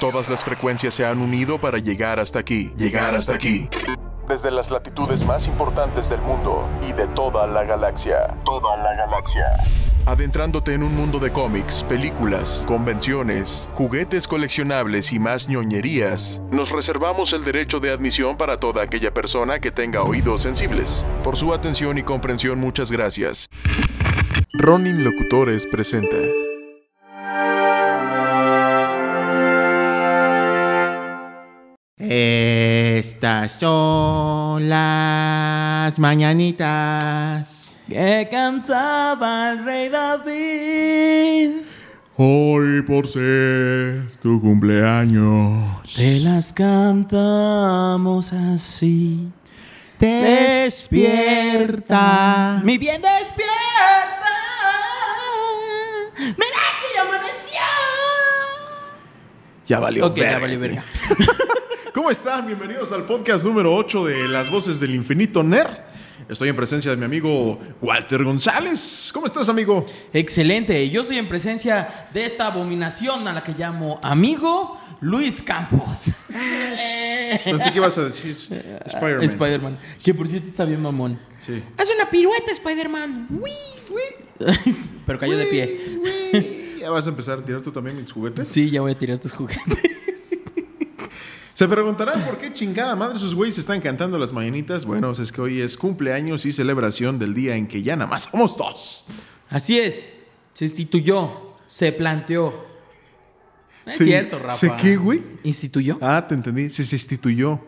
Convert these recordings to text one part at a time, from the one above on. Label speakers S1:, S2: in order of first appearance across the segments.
S1: Todas las frecuencias se han unido para llegar hasta aquí, llegar hasta aquí. Desde las latitudes más importantes del mundo y de toda la galaxia. Toda la galaxia. Adentrándote en un mundo de cómics, películas, convenciones, juguetes coleccionables y más ñoñerías. Nos reservamos el derecho de admisión para toda aquella persona que tenga oídos sensibles. Por su atención y comprensión, muchas gracias. Ronin Locutores presenta.
S2: Estas son las mañanitas.
S3: que cantaba el rey David.
S4: Hoy por ser tu cumpleaños.
S3: Te las cantamos así.
S2: Despierta.
S3: Mi bien despierta. Mira que ya amaneció.
S4: Ya valió.
S3: Ok, ya valió verga.
S4: ¿Cómo están? Bienvenidos al podcast número 8 de Las Voces del Infinito Nerd. Estoy en presencia de mi amigo Walter González. ¿Cómo estás, amigo?
S3: Excelente. Yo soy en presencia de esta abominación a la que llamo amigo Luis Campos.
S4: Pensé que ibas a decir Spider-Man.
S3: Spider-Man. Que por cierto está bien mamón.
S4: Sí.
S3: Haz una pirueta, Spider-Man. Uy, uy. Pero cayó de pie.
S4: Uy, ¿Ya vas a empezar a tirar tú también mis juguetes?
S3: Sí, ya voy a tirar tus juguetes.
S4: Se preguntarán por qué chingada madre sus güeyes están cantando las mañanitas. Bueno, pues es que hoy es cumpleaños y celebración del día en que ya nada más somos dos.
S3: Así es. Se instituyó. Se planteó. No es
S4: Sí.
S3: cierto, Rafa.
S4: ¿Se qué, güey?
S3: ¿Instituyó?
S4: Ah, te entendí. Se sustituyó.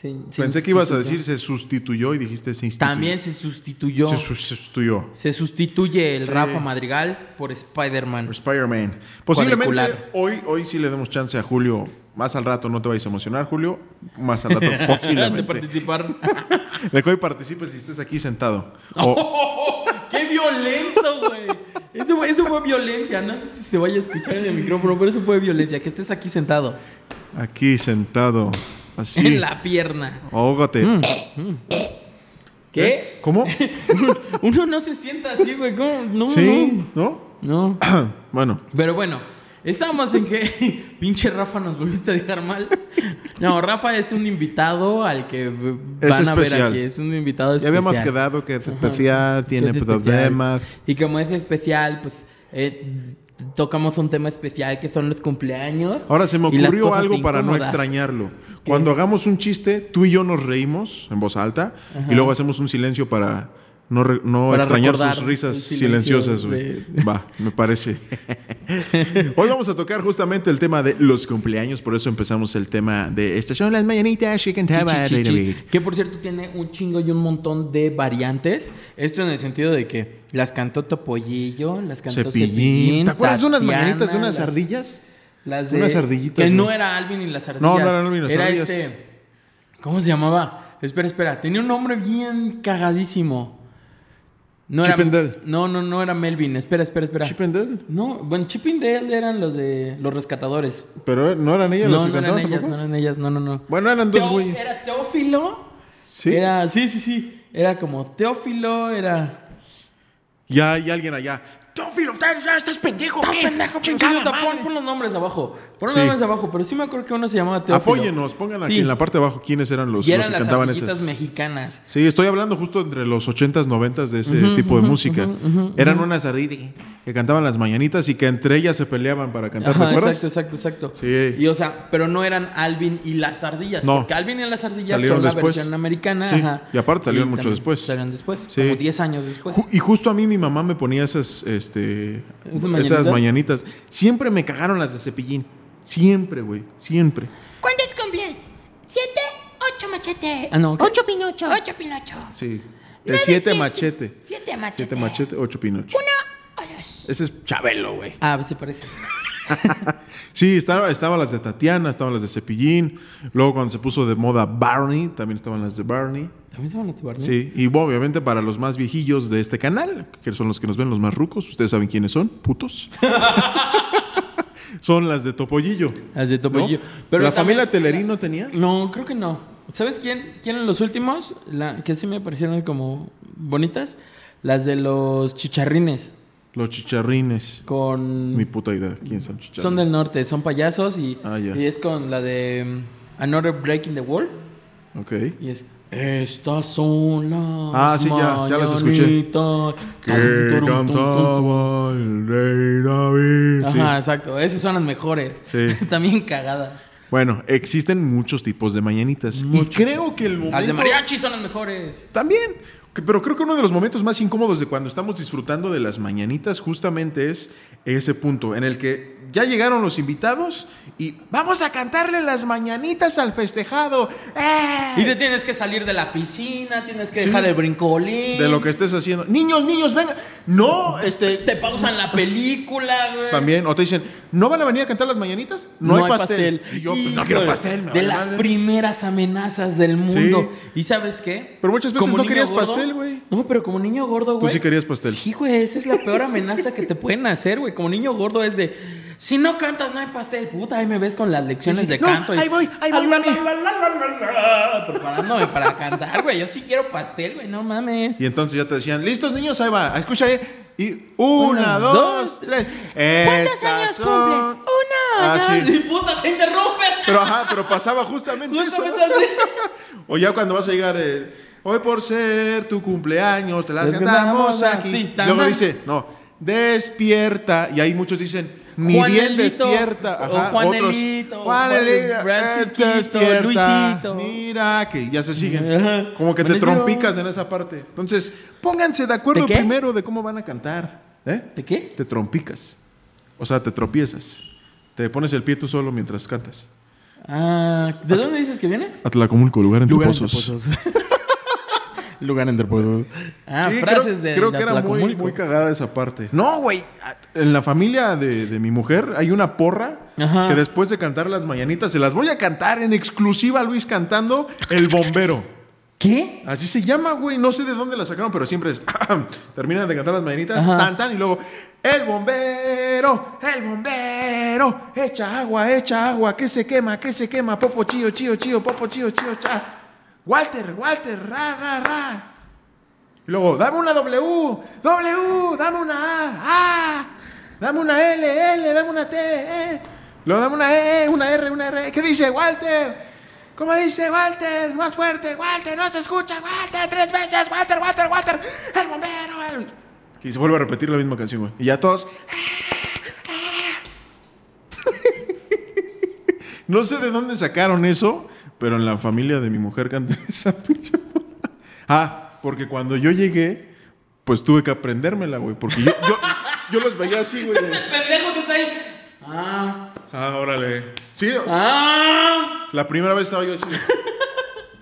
S3: Se- se
S4: Pensé que ibas a
S3: instituyó.
S4: decir se sustituyó y dijiste se instituyó.
S3: También se sustituyó.
S4: se sus- sustituyó.
S3: Se sustituye el
S4: Sí. Pues,
S3: Rafa Madrigal por Spider-Man.
S4: Spider-Man. Posiblemente
S3: Cuadricular.
S4: hoy, hoy sí le demos chance a Julio. Más al rato no te vais a emocionar, Julio. Más al rato
S3: De
S4: posiblemente.
S3: participar.
S4: De que hoy participes y estés aquí sentado. O-
S3: Oh. ¡Qué violento, güey! Eso, fue- eso fue violencia. No sé si se vaya a escuchar en el micrófono, pero eso fue violencia. Que estés aquí sentado.
S4: aquí sentado. Así.
S3: En la Mm. pierna.
S4: Ahógate.
S3: ¿Qué?
S4: ¿Cómo?
S3: Mm. Uno no se sienta así, güey. ¿Cómo? No,
S4: ¿Sí? ¿No?
S3: no. No.
S4: bueno.
S3: Pero bueno, estábamos en que pinche Rafa nos volviste a dejar mal. No, Rafa es un invitado al que v-
S4: Es
S3: van a ver
S4: especial.
S3: aquí. Es un invitado
S4: Ya
S3: especial.
S4: habíamos quedado que es especial, tiene
S3: Es especial.
S4: problemas.
S3: Y como es especial, pues eh, tocamos un tema especial que son los cumpleaños.
S4: Ahora se me
S3: y las
S4: ocurrió
S3: cosas
S4: algo para no
S3: incómodas.
S4: extrañarlo. Cuando hagamos un chiste, tú y yo nos reímos en voz alta y luego hacemos un silencio para no, re- no
S3: Para
S4: extrañar
S3: recordar
S4: sus risas
S3: el silencio
S4: silenciosas, güey.
S3: de-
S4: Va, me parece. Hoy vamos a tocar justamente el tema de los cumpleaños, por eso empezamos el tema de Estación Las Mañanitas, She Can Have a
S3: Chi, chi,
S4: Little
S3: chi,
S4: Bit.
S3: Que por cierto tiene un chingo y un montón de variantes. Esto en el sentido de que las cantó Topollillo, las cantó Cepillín.
S4: Cepillín. ¿Te acuerdas de unas
S3: Tatiana,
S4: mañanitas de unas
S3: las-
S4: ardillas?
S3: Las de,
S4: Unas ardillitas,
S3: Que
S4: ¿no?
S3: no era Alvin y las ardillas.
S4: No, no era Alvin y las
S3: Era
S4: ardillas.
S3: este. ¿Cómo se llamaba? Espera, espera. Tenía un nombre bien cagadísimo. No
S4: Chip
S3: era,
S4: and Dale.
S3: No, no, no era Melvin. Espera, espera, espera.
S4: Chip and Dale.
S3: No, bueno, Chip and Dale eran los de los rescatadores.
S4: Pero eh, no eran ellas las
S3: No,
S4: que
S3: no eran
S4: cantaban
S3: ellas,
S4: tampoco.
S3: no eran ellas, no, no, no.
S4: Bueno, eran dos
S3: Teo-
S4: güeyes.
S3: Era Teófilo.
S4: Sí.
S3: Era, sí, sí, sí. Era como Teófilo, era.
S4: Ya hay alguien allá. ¡Teófilo, ya estás pendejo! ¿qué?
S3: Chingada, pon, pon los nombres abajo. Pon los
S4: Sí.
S3: nombres abajo, pero sí me acuerdo que uno se llamaba Teófilo.
S4: Apóyenos, pongan aquí
S3: Sí.
S4: en la parte de abajo quiénes eran los,
S3: Y
S4: los
S3: eran
S4: que
S3: las
S4: cantaban
S3: amiguitas
S4: esas.
S3: mexicanas.
S4: Sí, estoy hablando justo entre los 80s, 90s de ese tipo de música. eran unas ardillas que cantaban las mañanitas y que entre ellas se peleaban para cantar, ¿te
S3: Ajá,
S4: acuerdas?
S3: exacto, exacto, exacto.
S4: Sí.
S3: Y o sea, pero no eran Alvin y las ardillas.
S4: No.
S3: Porque Alvin y las ardillas
S4: Salieron
S3: son
S4: después.
S3: la versión americana.
S4: Sí,
S3: Ajá.
S4: y aparte salieron mucho
S3: también
S4: después.
S3: Salieron después.
S4: Sí.
S3: Como 10 años después.
S4: Ju- Y justo a mí mi mamá me ponía esas, este,
S3: ¿Esas
S4: esas
S3: mañanitas?
S4: mañanitas. Siempre me cagaron las de cepillín. Siempre, güey. Siempre.
S5: ¿Cuántos cumples? ¿Siete? Ocho machete.
S3: Ah, no, ¿qué
S5: Ocho
S3: es?
S5: pinocho. Ocho pinocho.
S4: Sí. De
S5: Nueve,
S4: siete
S5: quince.
S4: machete.
S5: Siete machete.
S4: Siete machete, ocho pinocho.
S5: Uno o dos.
S4: Ese es Chabelo, güey.
S3: Ah, se parece.
S4: Sí, estaba- estaban las de Tatiana, estaban las de Cepillín. Luego cuando se puso de moda Barney, también estaban las de Barney.
S3: También se van a tubar, ¿no?
S4: Sí, y bueno, obviamente para los más viejillos de este canal, que son los que nos ven los más rucos, ustedes saben quiénes son, putos. son las de Topollillo.
S3: Las de Topollillo.
S4: ¿no?
S3: Pero
S4: ¿La
S3: también-
S4: familia Telerino tenía?
S3: No, creo que no. ¿Sabes quién? ¿Quién en los últimos? La, que sí me parecieron como bonitas. Las de los chicharrines.
S4: Los chicharrines.
S3: Con.
S4: Ni puta idea. ¿Quién son chicharrines?
S3: Son del norte, son payasos y,
S4: Ah, ya.
S3: y es con la de mm, Another Break in the Wall.
S4: Ok.
S3: Y es. Estas son las.
S4: Ah, sí, ya, ya las escuché.
S3: mañanitas".
S4: Que
S3: Tum, tum, tum, tum,
S4: cantaba el rey David.
S3: tum.
S4: Sí.
S3: Ajá, exacto. Esas son las mejores.
S4: Sí.
S3: También cagadas.
S4: Bueno, existen muchos tipos de mañanitas. Y creo que el momento.
S3: Las de mariachi son las mejores.
S4: También. que- Pero creo que uno de los momentos más incómodos de cuando estamos disfrutando de las mañanitas justamente es ese punto en el que ya llegaron los invitados y vamos a cantarle las mañanitas al festejado. ¡Eh!
S3: Y te tienes que salir de la piscina, tienes que
S4: Sí.
S3: dejar el brincolín.
S4: Eh, De lo que estés haciendo. Niños, niños, vengan. No, este.
S3: Te pausan la película, güey.
S4: También, o te dicen, ¿no van a venir a cantar las mañanitas? No, hay pastel. Y yo, pues, no
S3: Híjole,
S4: quiero pastel. me
S3: De
S4: vale
S3: las
S4: madre.
S3: primeras amenazas del mundo. ¿Y sabes qué?
S4: Pero muchas veces
S3: Como
S4: no
S3: niño
S4: querías pastel, güey.
S3: No, pero como niño gordo, güey.
S4: sí querías pastel.
S3: Sí, güey, esa es la peor amenaza que te pueden hacer, güey. Como niño gordo es de, si no cantas no hay pastel, puta, ahí me ves con las lecciones
S4: Sí, sí.
S3: de
S4: No,
S3: canto. y-
S4: ahí voy, ahí voy,
S3: La,
S4: mami.
S3: la, la, la, la, la, Preparándome para cantar, güey. Yo sí quiero pastel, güey, no mames.
S4: Y entonces ya te decían, listos niños, ahí va, escucha ahí. Y una,
S3: Una,
S4: dos,
S3: dos,
S4: tres.
S5: ¿Cuántos
S4: Estas
S5: años
S4: son-
S5: cumples? Uno,
S4: Ah,
S5: dos.
S4: sí.
S3: Sí, puta, te interrumpen.
S4: Pero ajá, pero pasaba justamente,
S3: Justamente
S4: eso.
S3: así.
S4: O ya cuando vas a llegar, eh, hoy por ser tu cumpleaños, te las
S3: Les
S4: cantamos
S3: cantamos
S4: aquí.
S3: así,
S4: Y Luego
S3: tan,
S4: dice, no, despierta. Y ahí muchos dicen, ni bien
S3: Juanelito,
S4: despierta.
S3: o
S4: Ajá,
S3: Juanelito,
S4: otros,
S3: o
S4: Juanelito,
S3: Juan-
S4: Francisquito,
S3: Francisquito,
S4: despierta.
S3: Luisito.
S4: Mira, que ya se siguen.
S3: Ajá.
S4: Como que te
S3: Amaneció.
S4: trompicas en esa parte. Entonces, pónganse de acuerdo
S3: ¿De qué?
S4: primero de cómo van a cantar. ¿eh?
S3: ¿De qué?
S4: Te trompicas. O sea, te tropiezas. Te pones el pie tú solo mientras cantas.
S3: Ah, ¿de dónde dices que vienes?
S4: Atlacomulco, lugar en
S3: Lugar
S4: tu
S3: en Lugar en Ah,
S4: Sí,
S3: frases
S4: creo,
S3: de
S4: creo
S3: de
S4: que era muy,
S3: Atlacomulco.
S4: muy cagada esa parte. No, güey. En la familia de, de mi mujer hay una porra
S3: Ajá.
S4: que después de cantar las mañanitas se las voy a cantar en exclusiva a Luis cantando El Bombero.
S3: ¿Qué?
S4: Así se llama, güey. No sé de dónde la sacaron, pero siempre es. terminan de cantar las mañanitas,
S3: Ajá.
S4: tan, tan, y luego. El bombero, el bombero, echa agua, echa agua, que se quema, que se quema, popo chío, chío, chío, popo chío, chío, cha. Walter, Walter, ra, ra, ra. Y luego, dame una W, W, dame una A, A, dame una L, L, dame una T, E. Luego dame una E, E, una R, una R. ¿Qué dice Walter? ¿Cómo dice Walter? Más fuerte, Walter, no se escucha, Walter, tres veces, Walter, Walter, Walter, el bombero, el... Y se vuelve a repetir la misma canción, güey. Y ya todos... No sé de dónde sacaron eso, pero en la familia de mi mujer cantan esa pinche porra. Ah, porque cuando yo llegué, pues tuve que aprendérmela, güey. Porque yo, yo, yo los veía así, güey. de,
S3: Pendejo que está ahí. Ah.
S4: Ah, órale. Sí,
S3: Ah.
S4: la primera vez estaba yo así.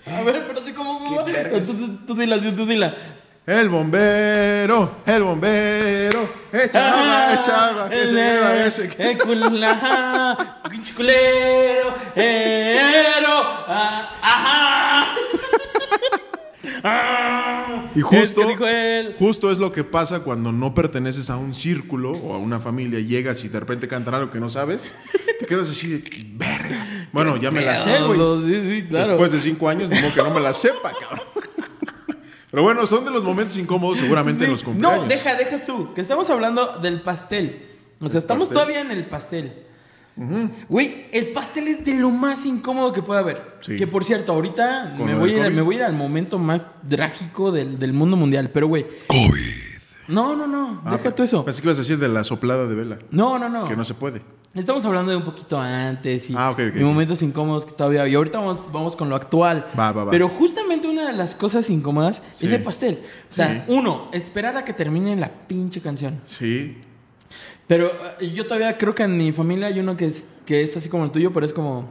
S3: A ver, pero así como como. Tú, tú, tú dila, tú, tú dila.
S4: El bombero, el bombero, echa agua, echa agua, que se lleva ese. que-".
S3: Eh, culá, pinche culero, ero, ah, ajá. Ah.
S4: Y justo,
S3: Es que dijo él.
S4: justo es lo que pasa cuando no perteneces a un círculo o a una familia, llegas y de repente cantan algo que no sabes, te quedas así de verga. Bueno, ya me la sé, güey.
S3: Eh, Sí, sí, claro.
S4: Después de cinco años, ni modo que no me la sepa, cabrón. Pero bueno, son de los momentos incómodos seguramente en
S3: Sí.
S4: los cumpleaños.
S3: No, deja, deja tú. Que estamos hablando del pastel. O sea, estamos
S4: pastel.
S3: todavía en el pastel. Güey, el pastel es de lo más incómodo que puede haber.
S4: Sí.
S3: Que por cierto, ahorita
S4: Con
S3: me
S4: lo
S3: voy, a
S4: del
S3: ir,
S4: COVID.
S3: me voy a ir al momento más trágico del, del mundo mundial. Pero, güey. COVID. No, no, no.
S4: Ah,
S3: deja tú eso.
S4: Pensé que ibas a decir de la soplada de vela,
S3: No, no, no.
S4: que no se puede.
S3: Estamos hablando de un poquito antes y,
S4: Ah, ok, ok,
S3: y
S4: ok.
S3: momentos incómodos que todavía hay. Y ahorita vamos, vamos con lo actual.
S4: Va, va, va.
S3: Pero justamente una de las cosas incómodas
S4: Sí.
S3: es el pastel. O sea,
S4: Sí.
S3: uno, esperar a que termine la pinche canción.
S4: Sí.
S3: Pero eh, yo todavía creo que en mi familia hay uno que es, que es así como el tuyo, pero es como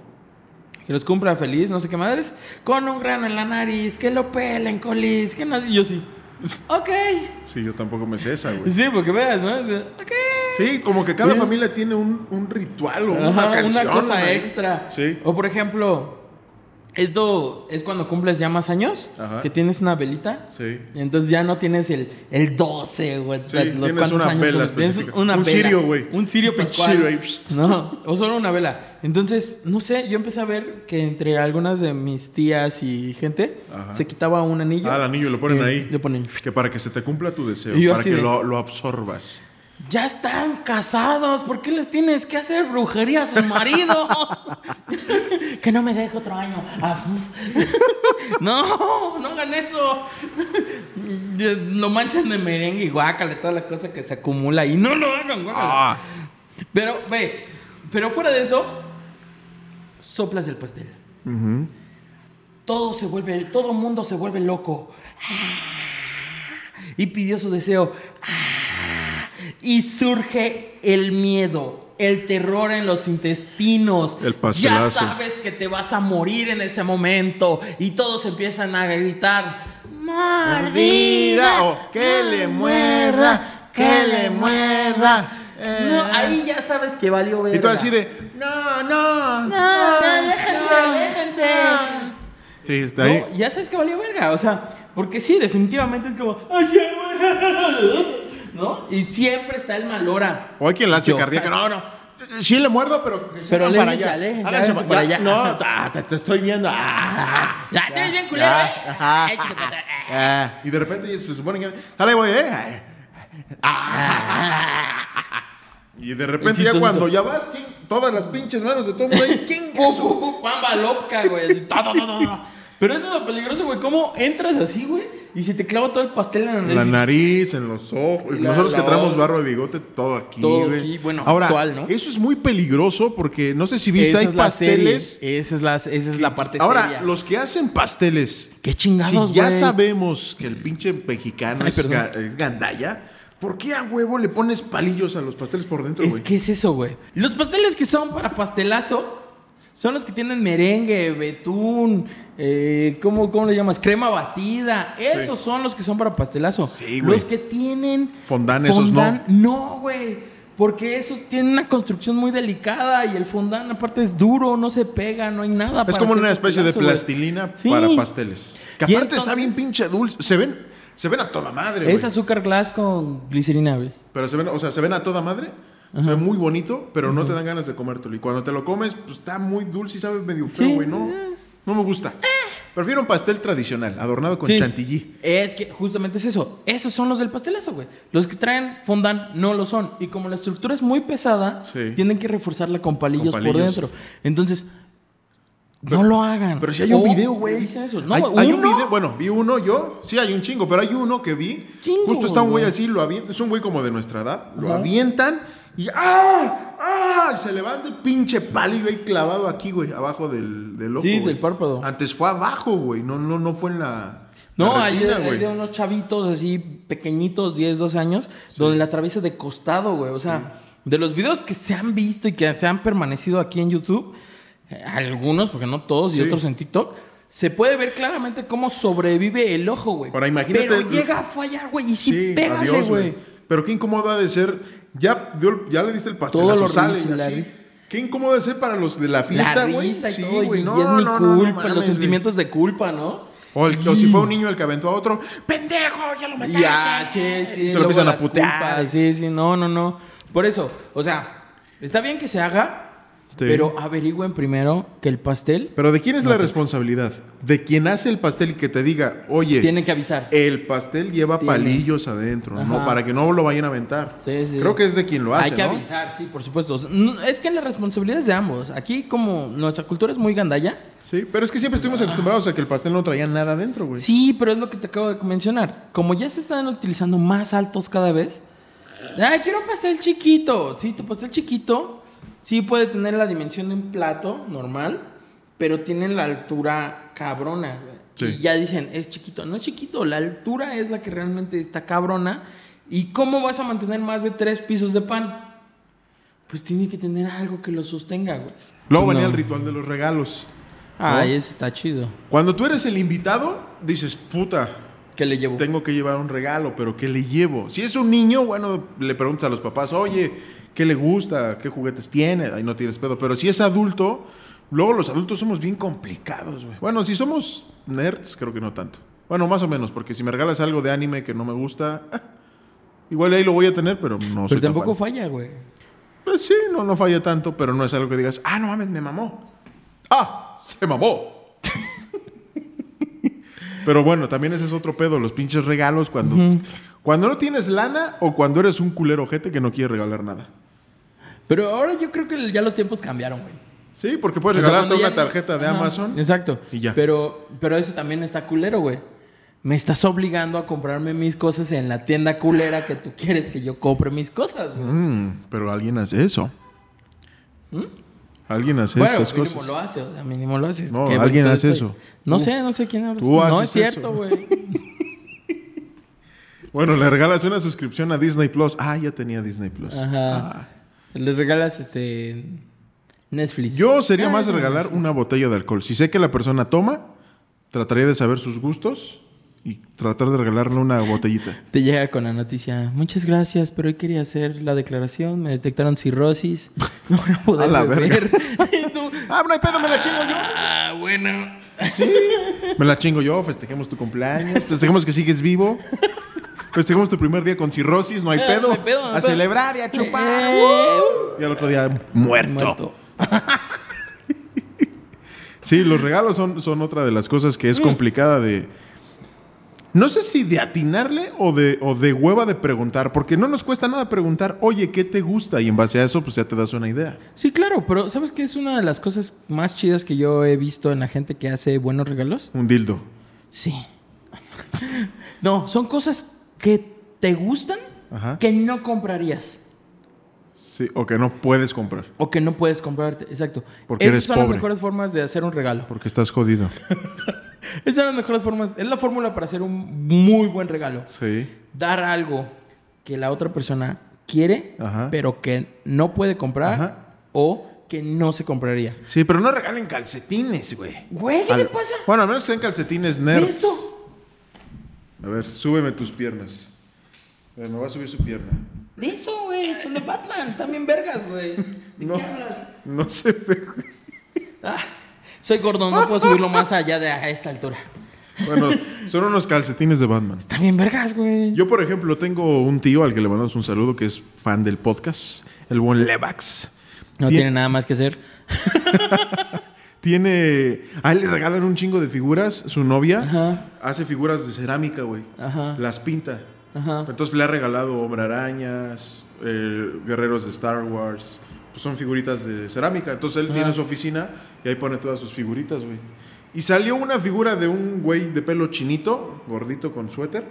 S3: que los cumpla feliz, no sé qué madres, con un grano en la nariz, que lo pelen, colis, que no. Y yo sí. Ok.
S4: Sí, yo tampoco me sé esa, güey.
S3: Sí, porque veas, ¿no? Es, eh, Ok.
S4: Sí, como que cada
S3: Bien.
S4: familia tiene un, un ritual o
S3: Ajá,
S4: una canción.
S3: cosa
S4: güey.
S3: extra.
S4: Sí.
S3: O por ejemplo, esto es cuando cumples ya más años,
S4: Ajá.
S3: que tienes una velita.
S4: Sí.
S3: Y Entonces ya no tienes el, el 12, güey.
S4: Sí,
S3: los
S4: tienes
S3: cuántos
S4: una
S3: años
S4: vela
S3: cumples. Tienes
S4: específica.
S3: una
S4: Un
S3: vela.
S4: cirio, güey.
S3: Un cirio
S4: Un
S3: pascual.
S4: cirio ahí.
S3: No, o solo una vela. Entonces, no sé, yo empecé a ver que entre algunas de mis tías y gente
S4: Ajá.
S3: se quitaba un anillo.
S4: Ah, el anillo lo ponen
S3: Eh,
S4: ahí.
S3: Lo ponen.
S4: Que para que se te cumpla tu deseo,
S3: Y yo
S4: para
S3: así
S4: que
S3: de-
S4: lo, lo absorbas.
S3: Ya están casados, ¿por qué les tienes que hacer brujería a sus maridos? que no me deje otro año. Ah, no, no hagan eso. Lo manchan de merengue y guácale, toda la cosa que se acumula ahí. No lo hagan, guácala.
S2: Ah,
S3: Pero, ve, pero fuera de eso, soplas del pastel. Todo se vuelve, todo mundo se vuelve loco. Y pidió su deseo. Y surge el miedo, el terror en los intestinos.
S4: El pastelazo.
S3: Ya sabes que te vas a morir en ese momento. Y todos empiezan a gritar.
S2: mordida, o oh, que le muerda, que le muerda. eh.
S3: No, ahí ya sabes que valió ver.
S4: Y tú así de.
S2: No, no,
S4: Sí, está ahí.
S3: No, ya sabes que valió verga, o sea, porque sí, definitivamente es como, "Ay, sí, güey", ¿no? Y siempre está el mal hora.
S4: O hay quien la hace
S3: Yo,
S4: cardíaca. No, no. Sí le muerdo, pero. que se
S3: Pero
S4: hagan
S3: le
S4: para
S3: echa,
S4: allá.
S3: le-
S4: Háganse
S3: háganse
S4: pa-
S3: para
S4: ya,
S3: allá.
S4: No, ta- te, te estoy viendo. Ah,
S3: Ya, tú eres bien culero,
S4: ya,
S3: ¿eh?
S4: ajá,
S3: Échate para atrás.
S4: ah. Y de repente se supone que. Sale, voy, eh. Ah. Y de repente, ya
S3: Chistosito.
S4: cuando ya vas, ching, todas las pinches manos de todo el mundo ahí, ching,
S3: Uh, uh, uh, Pamba loca, güey. así, ta, ta, ta, ta, ta. Pero eso es lo peligroso, güey. ¿Cómo entras así, güey? Y se te clava todo el pastel en la nariz.
S4: La nariz, en los ojos.
S3: Y la-
S4: Nosotros
S3: la
S4: que traemos
S3: otra.
S4: barba y bigote, todo aquí.
S3: Todo
S4: güey.
S3: aquí, bueno,
S4: Ahora,
S3: actual, ¿no?
S4: Eso es muy peligroso porque no sé si viste,
S3: Esa
S4: hay
S3: es la
S4: pasteles.
S3: serie, Esa es la, esa es la parte
S4: Ahora,
S3: seria.
S4: los que hacen pasteles.
S3: Qué chingados,
S4: Si ya
S3: güey.
S4: sabemos que el pinche mexicano
S3: Ay,
S4: es,
S3: perdón.
S4: ga- es gandalla, ¿por qué a huevo le pones palillos a los pasteles por dentro,
S3: Es
S4: güey?
S3: que es eso, güey. Los pasteles que son para pastelazo son los que tienen merengue, betún, eh, ¿cómo, ¿cómo le llamas? Crema batida. Esos son los que son para pastelazo.
S4: Sí, güey.
S3: los que tienen...
S4: Fondant, esos
S3: no. güey. Porque esos tienen una construcción muy delicada y el fondant aparte es duro, no se pega, no hay nada.
S4: Es
S3: para
S4: como
S3: hacer
S4: una especie de
S3: pastelazo, güey.
S4: plastilina
S3: Sí.
S4: para pasteles. Que aparte
S3: Y
S4: está
S3: entonces-
S4: bien pinche dulce. Se ven, se ven a toda madre, güey.
S3: Es azúcar glass con glicerina, güey.
S4: Pero se ven, o sea, se ven a toda madre. Se ven muy bonito, pero no te dan ganas de comértelo. Y cuando te lo comes, pues está muy dulce y sabe medio feo,
S3: Sí. Eh.
S4: güey. No, no me gusta. Prefiero un pastel tradicional, adornado con
S3: Sí.
S4: chantilly.
S3: Es que justamente es eso. Esos son los del pastelazo, güey. Los que traen fondant no lo son. Y como la estructura es muy pesada,
S4: Sí.
S3: tienen que reforzarla con palillos,
S4: Con
S3: por
S4: palillos.
S3: dentro. Entonces, no lo hagan.
S4: Pero si hay un
S3: O
S4: video, güey.
S3: revisen Oh, eso. No,
S4: hay,
S3: güey,
S4: hay un
S3: uno.
S4: video, bueno, vi uno yo, sí hay un chingo, pero hay uno que vi.
S3: Chingo,
S4: justo está un güey
S3: güey.
S4: así, lo avien- es un güey como de nuestra edad, lo
S3: Ajá.
S4: avientan y ¡ah! ¡ah! Se levanta el pinche palo y ve clavado aquí, güey, abajo del, del ojo.
S3: Sí,
S4: güey.
S3: del párpado.
S4: Antes fue abajo, güey, no, no, no fue en la.
S3: No,
S4: la
S3: hay,
S4: retina,
S3: hay
S4: güey.
S3: de unos chavitos así pequeñitos, 10, 12 años, donde la atraviesa de costado, güey. O sea, de los videos que se han visto y que se han permanecido aquí en YouTube, eh, algunos, porque no todos, y
S4: Sí.
S3: otros en TikTok, se puede ver claramente cómo sobrevive el ojo, güey.
S4: Ahora, imagínate-
S3: Pero llega a fallar, güey, y sí, pégale,
S4: adiós,
S3: güey.
S4: Pero qué incómodo ha de ser. Ya, dio el- ya le diste el
S3: Todo
S4: pastelazo,
S3: lo
S4: sale
S3: risa y
S4: y
S3: la
S4: así.
S3: ri-
S4: Qué incómodo ha de ser para los de la
S3: La
S4: fiesta, güey.
S3: risa y
S4: Sí,
S3: todo,
S4: güey,
S3: y,
S4: no,
S3: y es mi
S4: no,
S3: culpa,
S4: no, no
S3: los
S4: mames,
S3: sentimientos de culpa, ¿no?
S4: güey. O, el- o si fue un niño el que aventó a otro. ¡Pendejo! Ya lo mataste.
S3: Ya, sí, sí.
S4: Se lo
S3: luego
S4: empiezan a
S3: las
S4: putear.
S3: culpas, Sí, sí, no, no, no. Por eso, o sea, está bien que se haga, pero averigüen primero que el pastel
S4: Pero ¿de quién es la
S3: pues.
S4: responsabilidad? ¿De quien hace el pastel y que te diga, oye,
S3: tiene que avisar.
S4: el pastel lleva
S3: Tiene.
S4: palillos adentro, ¿no?
S3: Ajá.
S4: Para que no lo vayan a aventar.
S3: Sí, sí.
S4: Creo que es de quien lo hace,
S3: Hay que
S4: ¿no?
S3: avisar, sí, por supuesto. O sea, no- Es que la responsabilidad es de ambos. Aquí, como nuestra cultura es muy gandalla,
S4: Sí, pero es que siempre estuvimos acostumbrados a que el pastel no traía nada adentro, güey.
S3: Ah. sí, pero es lo que te acabo de mencionar. Como ya se están utilizando más altos cada vez, ay, quiero un pastel chiquito. Sí, tu pastel chiquito sí puede tener la dimensión de un plato normal, pero tiene la altura cabrona. güey.
S4: Sí.
S3: Y ya dicen, es chiquito. No es chiquito, la altura es la que realmente está cabrona. ¿Y cómo vas a mantener más de tres pisos de pan? Pues tiene que tener algo que lo sostenga, güey.
S4: Luego venía
S3: No.
S4: el ritual de los regalos.
S3: Ay, ese está chido.
S4: Cuando tú eres el invitado, dices, puta,
S3: ¿Qué le llevo?
S4: tengo que llevar un regalo, pero ¿qué le llevo? Si es un niño, bueno, le preguntas a los papás, oye, ¿qué le gusta? ¿Qué juguetes tiene? Ahí no tienes pedo. Pero si es adulto, luego los adultos somos bien complicados, güey. Bueno, si somos nerds, creo que no tanto. Bueno, más o menos, porque si me regalas algo de anime que no me gusta, ah, igual ahí lo voy a tener, pero no soy
S3: pero
S4: tan
S3: tampoco
S4: fan.
S3: falla, güey.
S4: Pues sí, no, no falla tanto, pero no es algo que digas, ah, no mames, me mamó. Ah, se mamó. pero bueno, también ese es otro pedo, los pinches regalos cuando... Cuando no tienes lana o cuando eres un culero ojete que no quiere regalar nada.
S3: Pero ahora yo creo que ya los tiempos cambiaron, güey.
S4: Sí, porque puedes
S3: Pues
S4: regalar hasta Pues una tarjeta de Amazon.
S3: Exacto.
S4: Y ya.
S3: Pero, pero eso también está culero, güey. Me estás obligando a comprarme mis cosas en la tienda culera que tú quieres que yo compre mis cosas, güey.
S4: Mm, pero alguien hace eso. Alguien hace
S3: ¿Mm? Bueno,
S4: esas
S3: mínimo
S4: cosas.
S3: lo hace, o sea, mínimo lo hace.
S4: No,
S3: Qué
S4: alguien
S3: bonito
S4: hace
S3: detalle.
S4: eso.
S3: No
S4: Tú-
S3: sé, no sé quién habla.
S4: tú
S3: No,
S4: haces
S3: es cierto,
S4: eso.
S3: güey.
S4: Bueno, le regalas una suscripción a Disney Plus. Ah, ya tenía Disney Plus.
S3: Ajá.
S4: Ah.
S3: Le regalas este. Netflix.
S4: Yo sería más de
S3: Ah,
S4: regalar una botella de alcohol. Si sé que la persona toma, trataría de saber sus gustos y tratar de regalarle una botellita.
S3: Te llega con la noticia. Muchas gracias, pero hoy quería hacer la declaración. Me detectaron cirrosis. No voy a poder
S4: A la
S3: beber. Y tú,
S4: Ah, no hay pedo, me la chingo yo.
S3: ah, bueno.
S4: Me la chingo yo, festejemos tu cumpleaños, festejemos que sigues vivo. Festejemos tu primer día con cirrosis, no hay
S3: Eh,
S4: pedo.
S3: no hay pedo, no hay
S4: a
S3: pedo.
S4: celebrar y a chupar.
S3: Eh,
S4: Y al otro día, muerto.
S3: Muerto.
S4: Sí, los regalos son, son otra de las cosas que es complicada de. No sé si de atinarle o de, o de hueva de preguntar, porque no nos cuesta nada preguntar, oye, ¿qué te gusta? Y en base a eso, pues ya te das una idea.
S3: Sí, claro, pero ¿sabes qué es una de las cosas más chidas que yo he visto en la gente que hace buenos regalos?
S4: Un dildo.
S3: Sí. No, son cosas que te gustan,
S4: Ajá.
S3: que no comprarías.
S4: Sí, o que no puedes comprar,
S3: O que no puedes comprarte, exacto.
S4: Porque
S3: Esas
S4: eres
S3: son las
S4: pobre.
S3: mejores formas de hacer un regalo.
S4: porque estás jodido.
S3: Esas son las mejores formas. Es la fórmula para hacer un muy buen regalo.
S4: Sí.
S3: Dar algo que la otra persona quiere,
S4: Ajá.
S3: pero que no puede comprar
S4: Ajá.
S3: o que no se compraría.
S4: Sí, pero no regalen calcetines, güey.
S3: Güey, ¿qué te
S4: Al-
S3: pasa?
S4: Bueno, a menos que sean calcetines
S3: ¿Ve
S4: nerds.
S3: esto?
S4: A ver, súbeme tus piernas. A ver, me va a subir su pierna.
S3: ¿Ve eso, güey? Son los Batman, están bien vergas, güey. ¿De
S4: No,
S3: qué hablas?
S4: no se ve, güey.
S3: Ah, soy gordo, no puedo subirlo más allá de a esta altura.
S4: Bueno, son unos calcetines de Batman.
S3: Están bien vergas, güey.
S4: Yo, por ejemplo, tengo un tío al que le mandamos un saludo que es fan del podcast, el buen Levax.
S3: No
S4: Tien-
S3: tiene nada más que hacer.
S4: Tiene. A él le regalan un chingo de figuras. Su novia
S3: Ajá.
S4: hace figuras de cerámica, güey.
S3: Ajá.
S4: Las pinta.
S3: Ajá.
S4: Entonces le ha regalado hombre arañas, eh, guerreros de Star Wars. Pues son figuritas de cerámica. Entonces él tiene su oficina y ahí pone todas sus figuritas, güey. Y salió una figura de un güey de pelo chinito, gordito con suéter,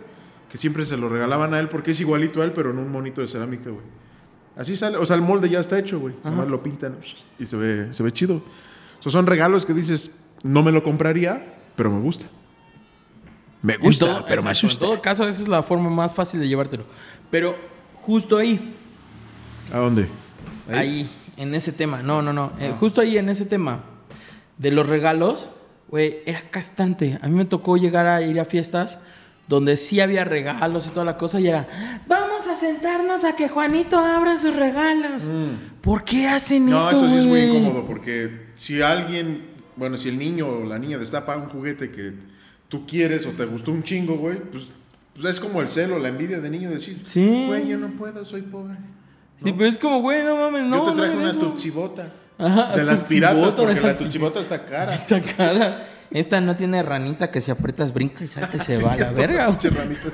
S4: que siempre se lo regalaban a él porque es igualito a él, pero en un monito de cerámica, güey. Así sale, o sea, el molde ya está hecho, güey. Nomás lo pintan y se ve, se ve chido. So, son regalos que dices, no me lo compraría, pero me gusta. Me gusta,
S3: En todo-
S4: pero me
S3: exacto,
S4: asusta.
S3: En todo caso, esa es la forma más fácil de llevártelo. Pero justo ahí,
S4: ¿A dónde?
S3: ahí, en ese tema, no, no, no,
S4: Ah.
S3: eh, justo ahí en ese tema de los regalos, güey, era castante. A mí me tocó llegar a ir a fiestas donde sí había regalos y toda la cosa y era, vamos a sentarnos a que Juanito abra sus regalos. ¿Por qué hacen
S4: Mm. No,
S3: eso?
S4: eso sí es muy
S3: güey?
S4: incómodo porque si alguien, bueno, si el niño o la niña destapa un juguete que tú quieres o te gustó un chingo, güey, pues, pues es como el celo, la envidia de niño decir,
S3: Sí.
S4: güey, yo no puedo, soy pobre.
S3: Sí, pero es como, güey, no mames, no.
S4: yo te
S3: no
S4: traje
S3: hagan
S4: una
S3: eso.
S4: tutsibota.
S3: Ajá,
S4: de las piratas,
S3: tutsibota, de
S4: porque la
S3: las
S4: tutsibota está cara.
S3: Esta cara. Esta no tiene ranita que si aprietas brinca y salta y se va a la verga. güey.
S4: Pinche ramitas.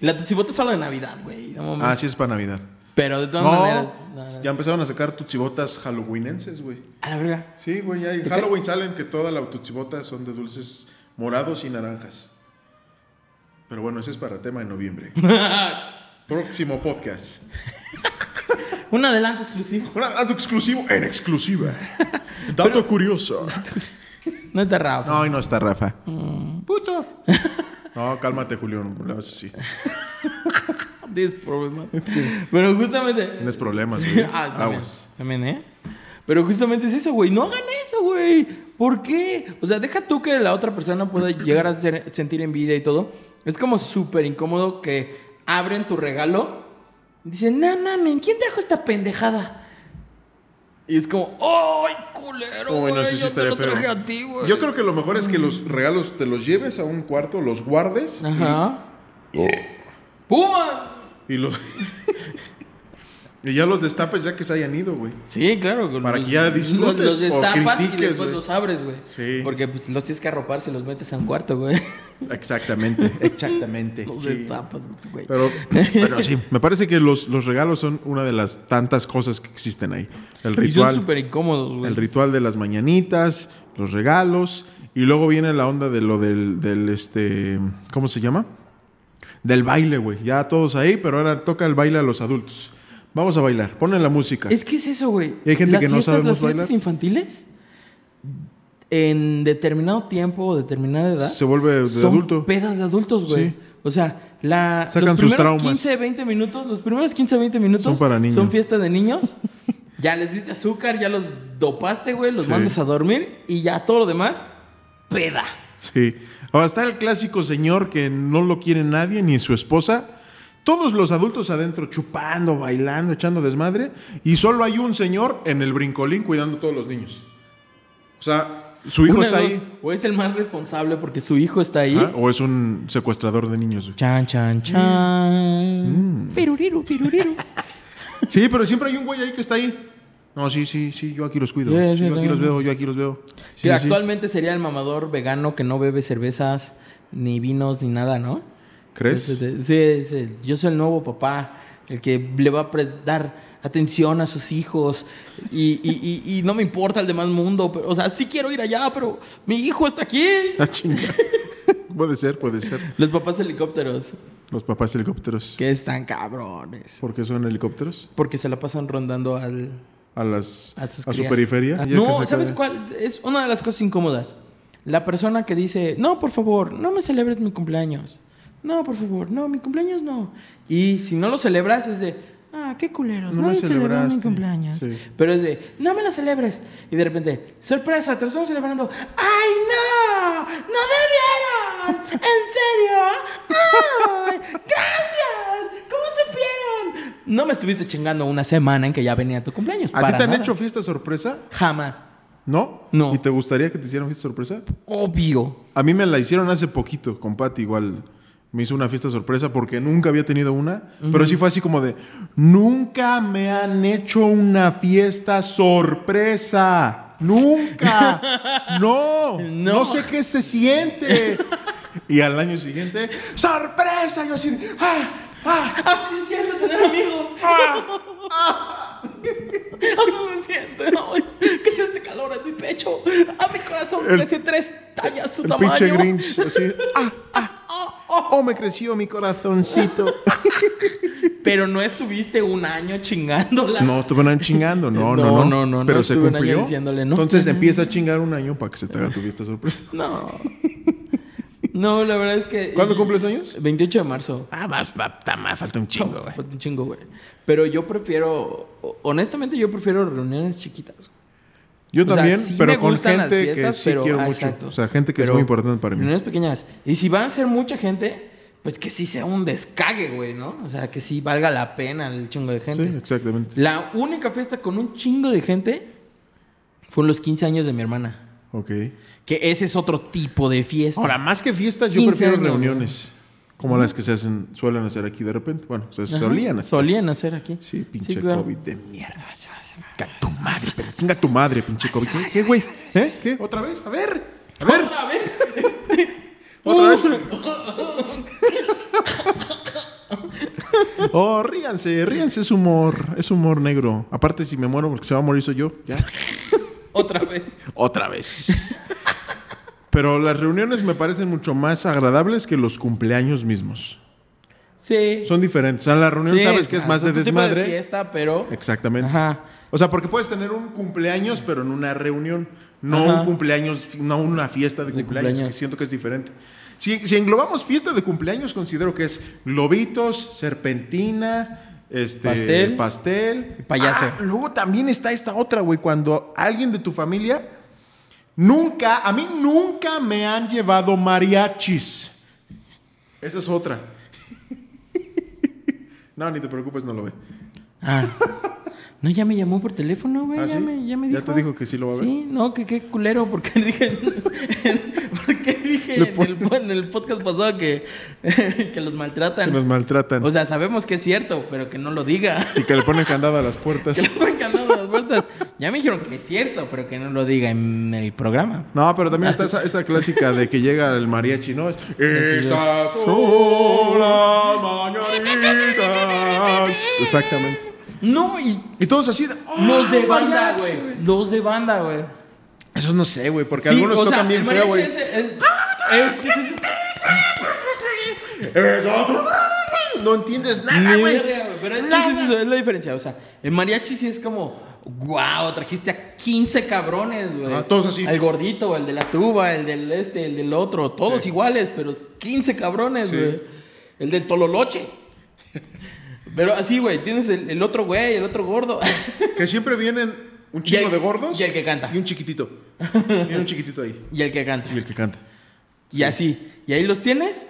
S3: La tutsibota es solo de Navidad, güey. No mames.
S4: Ah, sí es para Navidad.
S3: Pero de todas maneras. no, no.
S4: No, ya empezaron a sacar tutsibotas halloweenenses, güey.
S3: A la verga.
S4: Sí, güey, ya en
S3: ¿Te
S4: Halloween salen que toda la tutsibota son de dulces morados y naranjas. Pero bueno, ese es para tema de noviembre. Próximo podcast.
S3: Un adelanto exclusivo.
S4: Un dato exclusivo en exclusiva. Dato Mm. curioso.
S3: No es de Rafa.
S4: No, y no está Rafa. Puto. No, cálmate, Julián. No le hagas así.
S3: Tienes problemas. Pero justamente.
S4: Tienes problemas, güey.
S3: Ah, también,
S4: Aguas.
S3: también, ¿eh? Pero justamente es eso, güey. No hagan eso, güey. ¿Por qué? O sea, deja tú que la otra persona pueda llegar a ser- sentir envidia y todo. Es como súper incómodo que abren tu regalo. y Dicen, no mames, ¿quién trajo esta pendejada? Y es como, ¡ay, culero!
S4: Uy,
S3: güey,
S4: no sé si
S3: yo te
S4: estaría
S3: lo
S4: feo.
S3: traje a ti, güey.
S4: Yo creo que lo mejor es que los regalos te los lleves a un cuarto, los guardes
S3: Ajá. ¡Pumas!
S4: y los. Y ya los destapes ya que se hayan ido, güey.
S3: Sí, claro. con
S4: Para que ya disfrutes
S3: Los, los
S4: o
S3: destapas y
S4: critiques,
S3: después
S4: güey.
S3: los abres, güey.
S4: Sí.
S3: Porque pues los tienes que arropar si los metes a un cuarto, güey.
S4: Exactamente, exactamente.
S3: Los
S4: sí.
S3: destapas, güey.
S4: Pero, pero sí, me parece que los, los regalos son una de las tantas cosas que existen ahí. El
S3: Y son
S4: ritual.
S3: súper incómodos, güey.
S4: El ritual de las mañanitas, los regalos, y luego viene la onda de lo del, del, este, ¿cómo se llama? Del baile, güey. Ya todos ahí, pero ahora toca el baile a los adultos. Vamos a bailar, ponen la música.
S3: Es que es eso, güey.
S4: Y hay gente
S3: Las
S4: que no
S3: fiestas-
S4: sabemos
S3: las fiestas
S4: bailar.
S3: infantiles en determinado tiempo o determinada edad
S4: Se vuelve de
S3: son
S4: adulto.
S3: pedas de adultos, güey.
S4: Sí.
S3: O sea, la,
S4: Sacan
S3: los
S4: sus
S3: primeros
S4: traumas.
S3: 15, 20 minutos, los primeros 15, 20 minutos
S4: Son para niños.
S3: Son fiesta de niños. ya les diste azúcar, ya los dopaste, güey, los
S4: Sí.
S3: mandas a dormir y ya todo lo demás, peda.
S4: Sí. Ahora está el clásico señor que no lo quiere nadie, ni su esposa. Todos los adultos adentro chupando, bailando, echando desmadre. Y solo hay un señor en el brincolín cuidando a todos los niños. O sea, su hijo
S3: Una
S4: está
S3: de
S4: ahí. Ah, oh.
S3: dos, O es el más responsable porque su hijo está ahí.
S4: Ajá, O es un secuestrador de niños. güey.
S3: Chan, chan,
S4: Mm.
S3: chan. Piruriru, piruriru.
S4: Sí, pero siempre hay un güey ahí que está ahí. No, sí, sí, sí, yo aquí los cuido.
S3: Sí,
S4: Sí,
S3: sí,
S4: yo aquí
S3: sí.
S4: los veo, yo aquí los veo. Sí,
S3: que
S4: sí, sí.
S3: actualmente sería el mamador vegano que no bebe cervezas, ni vinos, ni nada, ¿no?
S4: ¿Crees?
S3: Ese- ese- ese- yo soy el nuevo papá, el que le va a pre- dar atención a sus hijos y, y- y- y no me importa el demás mundo. pero- o sea, sí quiero ir allá, pero mi hijo está aquí.
S4: Ah, chinga. puede ser, puede ser.
S3: Los papás helicópteros,
S4: Los papás helicópteros.
S3: que están cabrones.
S4: ¿Por qué son helicópteros?
S3: Porque se la pasan rondando al,
S4: A las
S3: a sus
S4: a su
S3: crías.
S4: periferia.
S3: Ah,
S4: Ya que
S3: No,
S4: se
S3: ¿sabes
S4: acabe.
S3: cuál? Es una de las cosas incómodas. La persona que dice, no, por favor, no me celebres mi cumpleaños. No, por favor, no, mi cumpleaños no. Y si no lo celebras es de, ah, qué culeros,
S4: No
S3: no
S4: me
S3: me celebró mi
S4: celebraste".
S3: cumpleaños.
S4: Sí.
S3: Pero es de, no me lo celebres. Y de repente, sorpresa, te lo estamos celebrando. ¡Ay, no! ¡No debieron! ¿En serio? ¡Ay, gracias! ¿Cómo supieron? No me estuviste chingando una semana en que ya venía tu cumpleaños.
S4: ¿A ti
S3: para
S4: te han
S3: nada.
S4: hecho fiesta sorpresa?
S3: Jamás.
S4: ¿No?
S3: No.
S4: ¿Y te gustaría que te hicieran fiesta sorpresa?
S3: Obvio.
S4: A mí me la hicieron hace poquito, con Pati igual. Me hizo una fiesta sorpresa porque nunca había tenido una. Pero sí fue así como de, nunca me han hecho una fiesta sorpresa. Nunca.
S2: Ah,
S4: No. No,
S3: No.
S4: sé qué se siente. y al año siguiente, sorpresa. Yo así, ¡ah! ¡ah!
S3: Así se siente tener amigos. Ah. Así se siente. Ay, ¿Qué es este calor en mi pecho? A mi corazón
S4: El-
S3: crece tres tallas su
S4: El
S3: tamaño.
S4: pinche Grinch. Así, ¡ah! ah, oh, oh, oh, me creció mi corazoncito.
S3: Pero no estuviste un año chingándola.
S4: No, estuvieron chingando. No, no, no.
S3: No, no, no, no,
S4: Pero se
S3: estuve un año
S4: cumplió.
S3: diciéndole, no.
S4: Entonces empieza a chingar un año para que se te haga tu fiesta sorpresa.
S3: No. No, la verdad es que.
S4: ¿Cuándo cumples años?
S3: 28 de marzo.
S4: Ah, más, falta un chingo,
S2: pues,
S3: Fue un chingo, güey. Pero yo prefiero. Honestamente, yo prefiero reuniones chiquitas.
S4: Yo
S3: O sea,
S4: también,
S3: sí me
S4: pero con
S3: gustan las
S4: gente
S3: fiestas,
S4: que sí
S3: pero-
S4: quiero
S3: ah,
S4: mucho.
S3: exacto.
S4: O sea, gente que es
S3: Pero
S4: muy importante para mí.
S3: Reuniones pequeñas. Y si van a ser mucha gente, pues que sí sea un descague, güey, ¿no? O sea, que sí valga la pena el chingo de
S4: Sí,
S3: gente.
S4: exactamente.
S3: La única fiesta con un chingo de gente fue en los 15 años de mi hermana.
S4: Ok.
S3: Que ese es otro tipo de fiesta.
S4: Ahora, más que fiestas, yo
S3: 15
S4: prefiero
S3: años,
S4: reuniones. Como las que se hacen, suelen hacer aquí de repente. Bueno, se
S3: Ajá.
S4: solían hacer.
S3: Solían hacer aquí.
S4: Sí, pinche
S3: claro.
S4: COVID de mierda. Chinga tu madre, pero chinga tu madre,
S3: Ah,
S4: pinche COVID. ¿Qué, qué, güey? ¿Eh? ¿Qué? ¿Otra vez? A ver. A ver.
S3: Otra vez.
S4: ¿Otra vez? Oh, ríanse, ríanse, es humor, es humor negro. Aparte, si me muero porque se va a morir soy yo. Ya.
S3: Otra vez.
S4: Otra vez. Pero las reuniones me parecen mucho más agradables que los cumpleaños mismos.
S3: Sí.
S4: Son diferentes. O sea, la reunión
S3: Sí,
S4: sabes que
S3: o
S4: es
S3: sea,
S4: más de
S3: otro tipo
S4: desmadre.
S3: fiesta, pero.
S4: Exactamente.
S3: Ajá.
S4: O sea, porque puedes tener un cumpleaños, pero en una reunión. No
S3: Ajá.
S4: un cumpleaños, no una fiesta de cumpleaños,
S3: cumpleaños.
S4: que siento que es diferente. Si, si englobamos fiesta de cumpleaños, considero que es globitos, serpentina, este,
S3: Pastel.
S4: pastel.
S3: Y payaso.
S4: Ah, luego también está esta otra, güey, cuando alguien de tu familia nunca, a mí nunca me han llevado mariachis. Esa es otra. no, ni te preocupes, no lo ve.
S3: Ah. No, ya me llamó por teléfono, güey.
S4: ¿Ah,
S3: ya,
S4: sí?
S3: me, ya me
S4: ¿Ya
S3: dijo.
S4: te dijo que sí lo va a ver?
S3: Sí, no, que qué culero, porque dije. porque dije en el, po- en el podcast pasado que, que los maltratan.
S4: Que nos maltratan.
S3: O sea, sabemos que es cierto, pero que no lo diga.
S4: y que le ponen candado a las puertas.
S3: que le pongan candado a las puertas. Ya me dijeron que es cierto, pero que no lo diga en el programa.
S4: No, pero también está esa, esa clásica de que llega el mariachi, ¿no? Es, Estas son las mañanitas. Exactamente.
S3: No, y
S4: Y todos así, de, ¡oh,
S3: los de banda,
S4: mariachi,
S3: güey. Los de banda, güey.
S4: Esos no sé, güey, porque
S3: Sí,
S4: algunos
S3: o sea,
S4: tocan
S3: el
S4: bien feo,
S3: mariachi
S4: güey.
S3: ese, el- es que ese-
S4: No entiendes nada,
S3: Ni
S4: Ah, güey.
S3: verga, güey, Pero es, que es eso, es la diferencia. O sea, el mariachi sí es como, wow, trajiste a 15 cabrones, güey.
S4: Ajá, Ah, todos así.
S3: El gordito, el de la tuba, el del este, el del otro, todos iguales, pero 15 cabrones,
S4: Sí.
S3: güey. El del tololoche. Pero así, güey, tienes el, el otro güey, el otro gordo.
S4: Que siempre vienen un
S3: Y
S4: chingo
S3: el-
S4: de gordos.
S3: y el que canta.
S4: Y un chiquitito. Viene un chiquitito ahí.
S3: y el que canta.
S4: Y el que canta.
S3: Y así. Y ahí los tienes.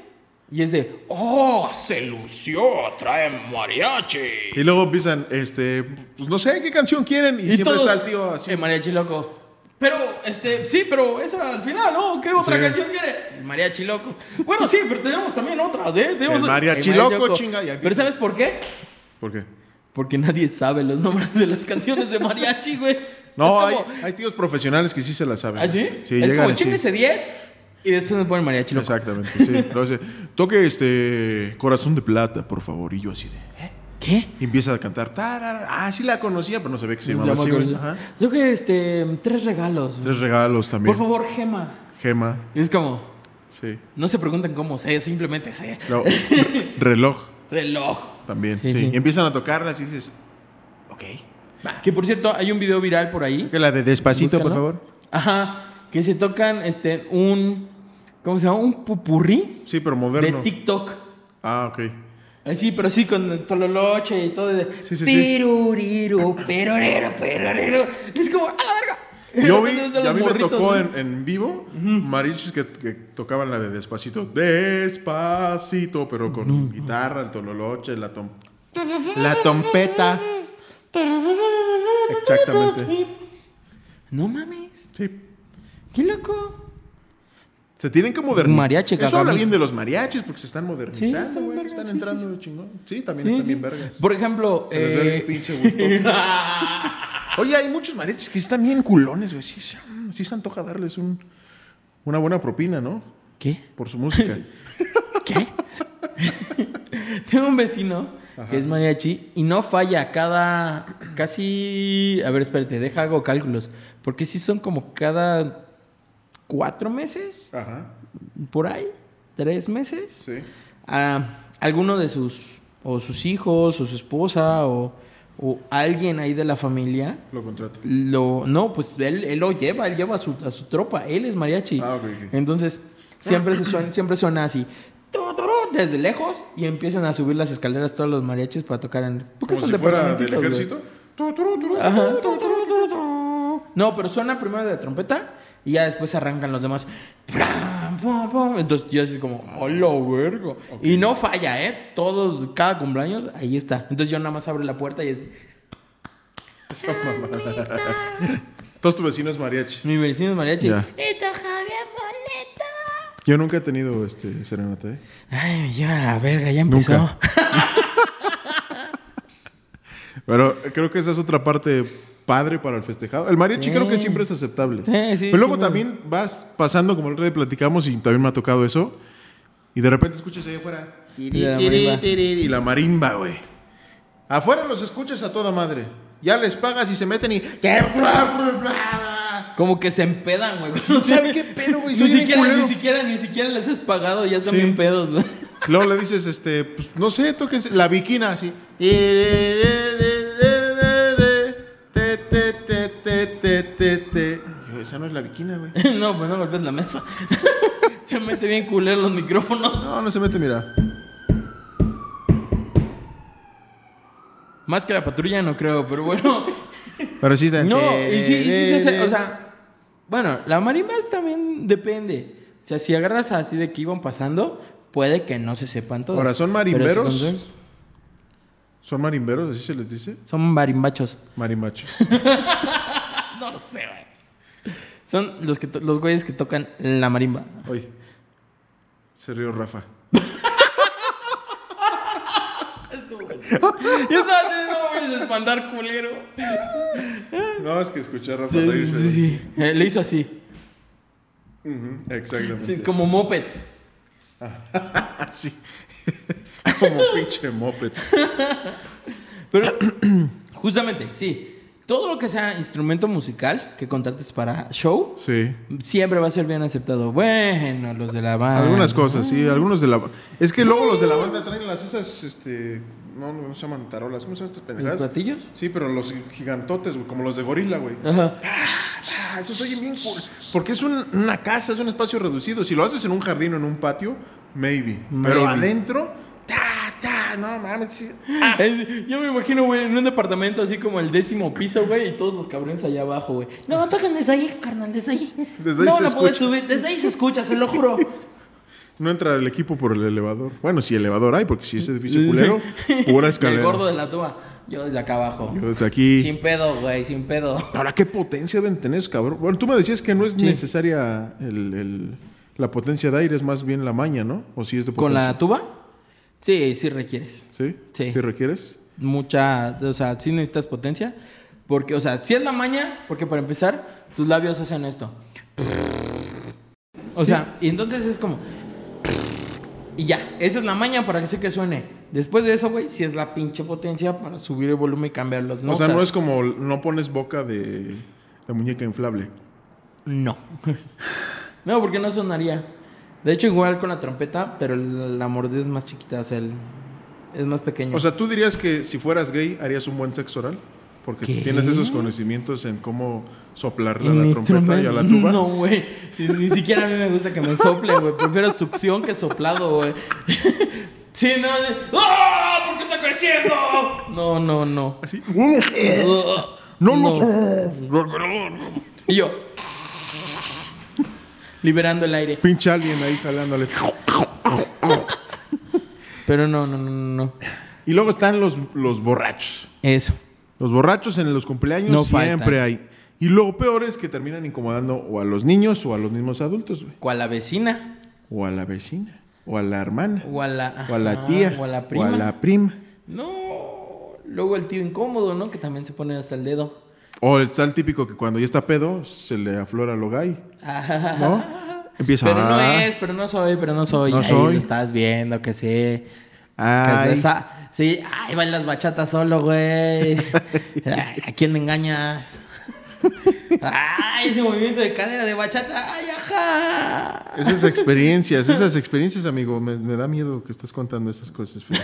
S3: Y es de,
S6: ¡Oh, se lució! ¡Trae mariachi!
S4: Y luego empiezan, este, pues no sé qué canción quieren. Y, siempre
S3: todos-
S4: está el tío así.
S3: El mariachi loco. Pero, este, sí, pero esa al final, ¿no? ¿Qué otra
S4: Sí.
S3: canción quiere? El mariachi loco. Bueno, sí, pero tenemos también otras, ¿eh? Tenemos
S4: El mariachi loco, chinga, y ahí
S3: Pero
S4: empieza.
S3: ¿sabes por qué?
S4: ¿Por qué?
S3: Porque nadie sabe los nombres de las canciones de mariachi, güey.
S4: No,
S3: Es
S4: hay,
S3: como-
S4: hay tíos profesionales que sí se la saben.
S3: ¿Ah, sí?
S4: Sí,
S3: es
S4: llegan
S3: como
S4: así.
S3: chinguese 10 y después me ponen mariachi loco.
S4: Exactamente, sí. Luego dice, toque este corazón de plata, por favor. Y yo así de.
S3: ¿Qué?
S4: Y empieza a cantar. tarara. Ah, sí la conocía, pero no sabía que se
S3: Se
S4: llamaba
S3: llama
S4: así. güey.
S3: Corazón.
S4: Ajá.
S3: Yo que, este, tres regalos.
S4: Tres regalos también.
S3: Por favor, Gema.
S4: Gema,
S3: Y es como,
S4: sí.
S3: no se preguntan cómo sé, simplemente sé.
S4: Luego, reloj
S3: Reloj.
S4: también.
S3: Sí,
S4: Sí,
S3: sí.
S4: Y empiezan a tocarlas y dices,
S3: Ok. Que por cierto, hay un video viral por ahí.
S4: que la de despacito, por
S3: Búscalo.
S4: favor.
S3: Ajá. Que se tocan este un. ¿Cómo se llama? Un pupurrí
S4: Sí, pero
S3: de
S4: moderno.
S3: TikTok.
S4: Ah, ok.
S3: Así, pero sí, con el tololoche y todo. De,
S4: Sí, sí, sí.
S3: Piruriru, perorero, perorero. Y es como, a la verga.
S4: Yo vi,
S3: Entonces,
S4: y a
S3: los
S4: mí me
S3: morritos,
S4: tocó
S3: ¿no?
S4: en, en vivo marichis que, que tocaban la de despacito. Despacito, pero con guitarra, el tololoche, la tom... La trompeta. Exactamente.
S3: No mames.
S4: Sí.
S3: Qué loco.
S4: Se tienen que modernizar.
S3: Mariachi,
S4: Eso habla
S3: cagamil.
S4: bien de los mariachis porque se están
S3: Sí,
S4: modernizando,
S3: están
S4: güey.
S3: vergas,
S4: están
S3: sí,
S4: entrando chingón. Sí, también
S3: Sí,
S4: están
S3: sí.
S4: bien vergas.
S3: Por ejemplo.
S4: Se les ve
S3: eh,
S4: un pinche gusto. Oye, hay muchos mariachis que están bien culones, güey. Sí, sí, sí se antoja darles un, una buena propina, ¿no?
S3: ¿Qué?
S4: Por su música.
S3: ¿Qué? Tengo un vecino que es mariachi y no falla cada casi. A ver, espérate, deja hago cálculos. Porque sí son como cada cuatro meses,
S4: Ajá,
S3: por ahí, tres meses.
S4: sí.
S3: A alguno de sus. O sus hijos, o su esposa, o, o alguien ahí de la familia.
S4: Lo contrato.
S3: Lo, no, pues él, él lo lleva, él lleva a su, a su tropa, él es mariachi.
S4: Ah, ok, ok.
S3: Entonces, siempre, se suena, siempre suena así, tururú, desde lejos, y empiezan a subir las escaleras todos los mariachis para tocar en... ¿Por qué
S4: Como
S3: son
S4: si fuera del
S3: departamentitos, güey?
S4: ejército. Tu, tu, tu, tu, tu,
S3: Ajá.
S4: tu, tu.
S3: No, pero suena primero de la trompeta y ya después arrancan los demás. Pam, pum, pum. Entonces yo así como, hola, vergo. Y no falla, ¿eh? Todo, cada cumpleaños, ahí está. Entonces yo nada más abro la puerta y es...
S4: Todos tus vecinos mariachi.
S3: Mi vecino es mariachi.
S4: Ya.
S5: Esto Javier Boleto.
S4: Yo nunca he tenido este serenata, ¿eh?
S3: Ay, me lleva la verga, ya empezó.
S4: Nunca. Pero creo que esa es otra parte padre para el festejado. El mariachi
S3: Sí.
S4: creo que siempre es aceptable.
S3: Sí, sí,
S4: Pero luego
S3: sí,
S4: también vas pasando, como el otro día platicamos y también me ha tocado eso, y de repente escuchas ahí afuera. tiri,
S3: la
S4: tiri,
S3: marimba.
S4: tiri, Y la marimba, güey. Afuera los escuchas a toda madre. Ya les pagas y se meten y...
S3: Como que se empedan, güey.
S4: sabe qué pedo, güey? Se
S3: Ni
S4: oye bien
S3: siquiera,
S4: culero.
S3: ni siquiera, ni siquiera les has pagado, ya están
S4: Sí.
S3: bien pedos, güey.
S4: Luego le dices, este, pues, no sé, tóquense la viquina así. Yo, esa no es la viquina, güey.
S3: No, pues no golpees la mesa. se mete bien culero los micrófonos.
S4: No, no se mete, mira.
S3: Más que la patrulla, no creo, pero bueno.
S4: Pero sí está.
S3: No, y sí, y sí se hace, o sea, bueno, la marimba es también depende. O sea, si agarras así de que iban pasando, puede que no se sepan todos.
S4: Ahora, ¿son marimberos? ¿Son marimberos? ¿Así se les dice?
S3: Son barimbachos.
S4: Marimachos.
S3: No lo sé, güey. Son los, que to- los güeyes que tocan la marimba.
S4: Oye, se rió Rafa.
S3: Yo estaba así, no me voy a espandar, culero.
S4: No, es que escuché a Rafa
S3: Sí,
S4: reírse.
S3: sí, sí. Eh, le hizo así,
S4: Ujú, Exactamente.
S3: sí, como moped.
S4: Así. Ah, Como pinche moped.
S3: Pero, justamente, sí. Todo lo que sea instrumento musical que contrates para show,
S4: Sí.
S3: siempre va a ser bien aceptado. Bueno, los de la banda.
S4: Algunas cosas, sí, algunos de la Es que luego los de
S3: Uh.
S4: la banda traen las esas, este. No, no se llaman tarolas, ¿cómo se llaman estas
S3: ¿Los
S4: pendejadas?
S3: platillos?
S4: Sí, pero los gigantotes, güey, como los de gorila, güey.
S3: Ajá.
S4: Ah, esos oyen bien cool. Porque es un- una casa, es un espacio reducido. Si lo haces en un jardín o en un patio, maybe. Pero
S3: Maybe.
S4: adentro, ta, ta, no mames. sí.
S3: Es- yo me imagino, güey, en un departamento así como el décimo piso, güey, y todos los cabrones allá abajo, güey.
S5: No, tocan desde ahí, carnal, desde ahí.
S4: Desde ahí
S3: no
S4: se
S3: la pude
S4: escucha.
S3: subir, desde ahí se escucha, se lo juro.
S4: No entra el equipo por el elevador. Bueno, si elevador hay, porque si es edificio culero, pura escalera.
S3: El gordo de la tuba. Yo desde acá abajo.
S4: Yo desde aquí.
S3: Sin pedo, güey, sin pedo.
S4: Ahora, ¿qué potencia deben tener, cabrón? Bueno, tú me decías que no es necesaria el- el- la potencia de aire, es más bien la maña, ¿no? O si es de
S3: ¿Con
S4: potencia.
S3: la tuba? Sí, sí requieres.
S4: ¿Sí?
S3: Sí.
S4: ¿Sí requieres?
S3: Mucha, o sea, sí necesitas potencia. Porque, o sea, si es la maña, porque para empezar, tus labios hacen esto. O sea, y entonces es como... Y ya, esa es la maña para que sé que suene. Después de eso, güey, si es la pinche potencia para subir el volumen y cambiar los
S4: o
S3: notas.
S4: sea, no es como, no pones boca de, de muñeca inflable.
S3: No. no, porque no sonaría. De hecho, igual con la trompeta, pero el- la mordida es más chiquita, o sea, el- es más pequeño.
S4: O sea, ¿tú dirías que si fueras gay harías un buen sexo oral? Porque
S3: ¿Qué?
S4: tienes esos conocimientos en cómo soplarle a
S3: En
S4: la trompeta y a la
S3: instrumento-
S4: tuba.
S3: No, güey. Si- ni siquiera a mí me gusta que me sople, güey. Prefiero succión que soplado, güey. sí, no. de- ¡Ah! ¿Por qué está creciendo? No, no, no.
S4: Así. ¡Uh!
S3: No, Y yo. Liberando el aire.
S4: Pinche alguien ahí jalándole.
S3: Pero no, no, no, no. no.
S4: Y luego están los, los borrachos.
S3: Eso.
S4: Los borrachos en los cumpleaños
S3: No
S4: siempre
S3: faltan.
S4: hay. Y lo peor es que terminan incomodando o a los niños o a los mismos adultos, güey.
S3: ¿Cuál la vecina?
S4: O a la vecina. O a la hermana.
S3: ¿O a la,
S4: O a la
S3: ajá,
S4: tía.
S3: ¿O a la prima?
S4: O a la prima.
S3: No. Luego el tío incómodo, ¿no? Que también se pone hasta el dedo.
S4: O está el típico que cuando ya está pedo se le aflora lo gay,
S3: Ajá.
S4: ¿no? Empieza
S3: Pero no
S4: "Ah,
S3: es, pero no soy, pero no soy.
S4: No
S3: Ahí
S4: soy.
S3: lo estás viendo, que sí.
S4: ay".
S3: Que esa- sí, ahí van las bachatas solo, güey. Ay, ¿A quién me engañas? Ay, ese movimiento de cadera de bachata. Ay, ajá.
S4: Esas experiencias, esas experiencias, amigo, me, me da miedo que estés contando esas cosas. Fer.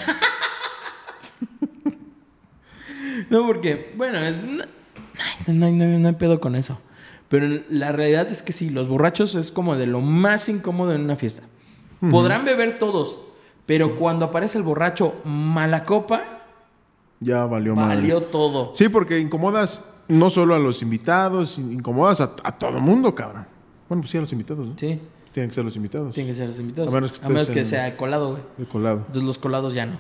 S3: No, porque, bueno, no, ay, no hay- no hay- no hay pedo con eso. Pero la realidad es que sí, los borrachos es como de lo más incómodo en una fiesta. Podrán beber todos, pero cuando aparece el borracho mala copa,
S4: Ya valió mal.
S3: valió todo.
S4: Sí, porque incomodas no solo a los invitados, incomodas a, a todo el mundo, cabrón. Bueno, pues sí, a los invitados, ¿no?
S3: Sí,
S4: Tienen que ser los invitados.
S3: tienen que ser los invitados.
S4: A
S3: A
S4: menos
S3: menos
S4: que
S3: que,
S4: estés en-
S3: sea el colado, güey.
S4: El colado,
S3: Entonces los colados ya no.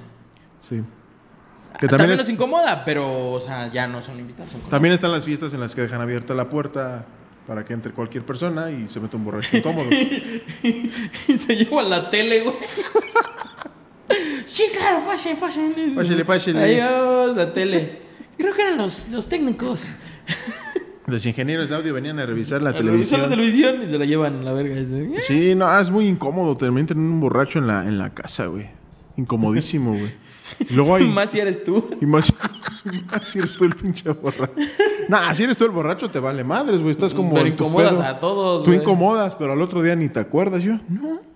S4: sí.
S3: Que
S4: Que
S3: Ah, también
S4: también, es-
S3: los incomoda, pero, o sea, ya no son invitados. Son colados.
S4: también están las fiestas en las que dejan abierta la puerta para que entre cualquier persona y se meta un borracho incómodo.
S3: y se lleva la tele, güey.
S5: Sí, claro, pasen, pasen.
S4: Pásele, pásele.
S3: Adiós, la tele. Creo que eran los, los técnicos.
S4: Los ingenieros de audio venían a revisar la
S3: Revisó
S4: televisión.
S3: la televisión y se la llevan a la verga. Y dice, "Eh".
S4: Sí, no, ah, es muy incómodo. También tener un borracho en la, en la casa, güey. Incomodísimo, güey. Y luego hay.
S3: Más si eres tú.
S4: Y más, y más si eres tú el pinche borracho. Nah, si eres tú el borracho, te vale madres, güey. Estás como.
S3: Pero
S4: en tu
S3: incomodas
S4: pedo.
S3: a todos,
S4: Tú
S3: güey.
S4: incomodas, pero al otro día ni te acuerdas, yo. ¿no?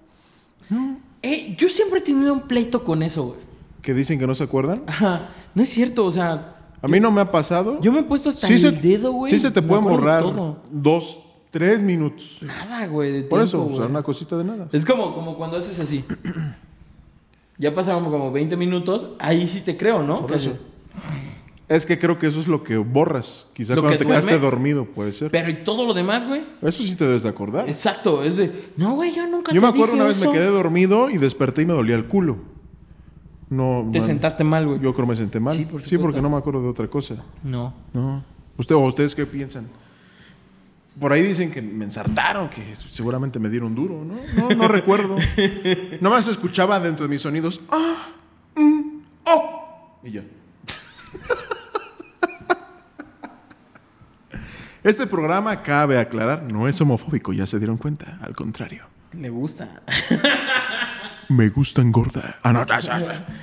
S3: Eh, yo siempre he tenido un pleito con eso, güey.
S4: Que dicen que no se acuerdan.
S3: Ajá. No es cierto, o sea,
S4: A mí no me ha pasado.
S3: yo me he puesto hasta el dedo, güey.
S4: Sí se te
S3: Me
S4: pueden
S3: acuerdo de
S4: borrar
S3: todo.
S4: dos, tres minutos.
S3: Nada, güey. de
S4: Por
S3: tiempo,
S4: eso, o sea,
S3: güey.
S4: una cosita de nada.
S3: Es como, como cuando haces así. Ya pasaron como 20 minutos. Ahí sí te creo, ¿no?
S4: Por
S3: Que
S4: eso.
S3: haces-
S4: Es que creo que eso es lo que borras. Quizá
S3: Lo
S4: cuando
S3: que
S4: te quedaste
S3: duermes.
S4: dormido, puede ser.
S3: Pero y todo lo demás, güey.
S4: Eso sí te debes de acordar.
S3: Exacto. Es de. No, güey, yo nunca
S4: Yo me
S3: te
S4: acuerdo
S3: dije
S4: una vez me
S3: eso".
S4: quedé dormido y desperté y me dolía el culo. No,
S3: Te
S4: man,
S3: sentaste mal, güey.
S4: Yo creo que me senté mal.
S3: Sí,
S4: Sí,
S3: por
S4: porque
S3: supuesto.
S4: no me acuerdo de otra cosa.
S3: No.
S4: No. Usted, ¿O ustedes qué piensan? Por ahí dicen que me ensartaron, que seguramente me dieron duro, ¿no? No, no recuerdo. Nomás escuchaba dentro de mis sonidos. ¡Ah! mm, ¡Oh! Y yo. Este programa, cabe aclarar, no es homofóbico, ya se dieron cuenta. Al contrario.
S3: Le gusta.
S4: Me gustan gorda. Ah, no, ya, ya.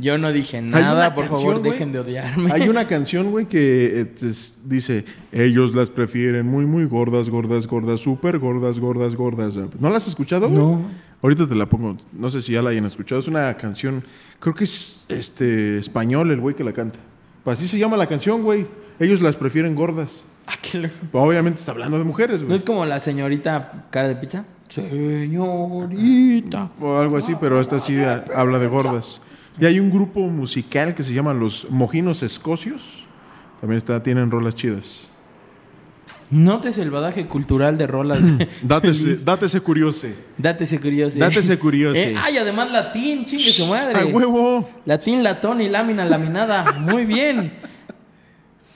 S3: Yo no dije
S4: Hay una
S3: nada, por
S4: canción,
S3: favor,
S4: güey.
S3: dejen de odiarme.
S4: Hay una canción, güey, que eh, es- dice, ellos las prefieren muy, muy gordas, gordas, gordas, súper gordas, gordas, gordas. ¿No las has escuchado? güey?
S3: No.
S4: Ahorita te la pongo, no sé si ya la hayan escuchado. Es una canción, creo que es este español el güey que la canta. Pues así se llama la canción, güey. Ellos las prefieren gordas.
S3: Ah, qué loco.
S4: Obviamente está hablando de mujeres,
S3: ¿No
S4: güey.
S3: es como la señorita cara de pizza? Señorita.
S4: O algo así, pero esta sí ha- habla de gordas. Y hay un grupo musical que se llama Los Mojinos Escocios. También está, tienen rolas chidas.
S3: Notes el badaje cultural de rolas.
S4: Dátese,
S3: Luis.
S4: dátese curioso.
S3: Dátese curioso.
S4: Dátese curioso.
S3: Eh, ay, además latín, chingue su madre.
S4: ¡A huevo!
S3: Latín, latón y lámina laminada. Muy bien.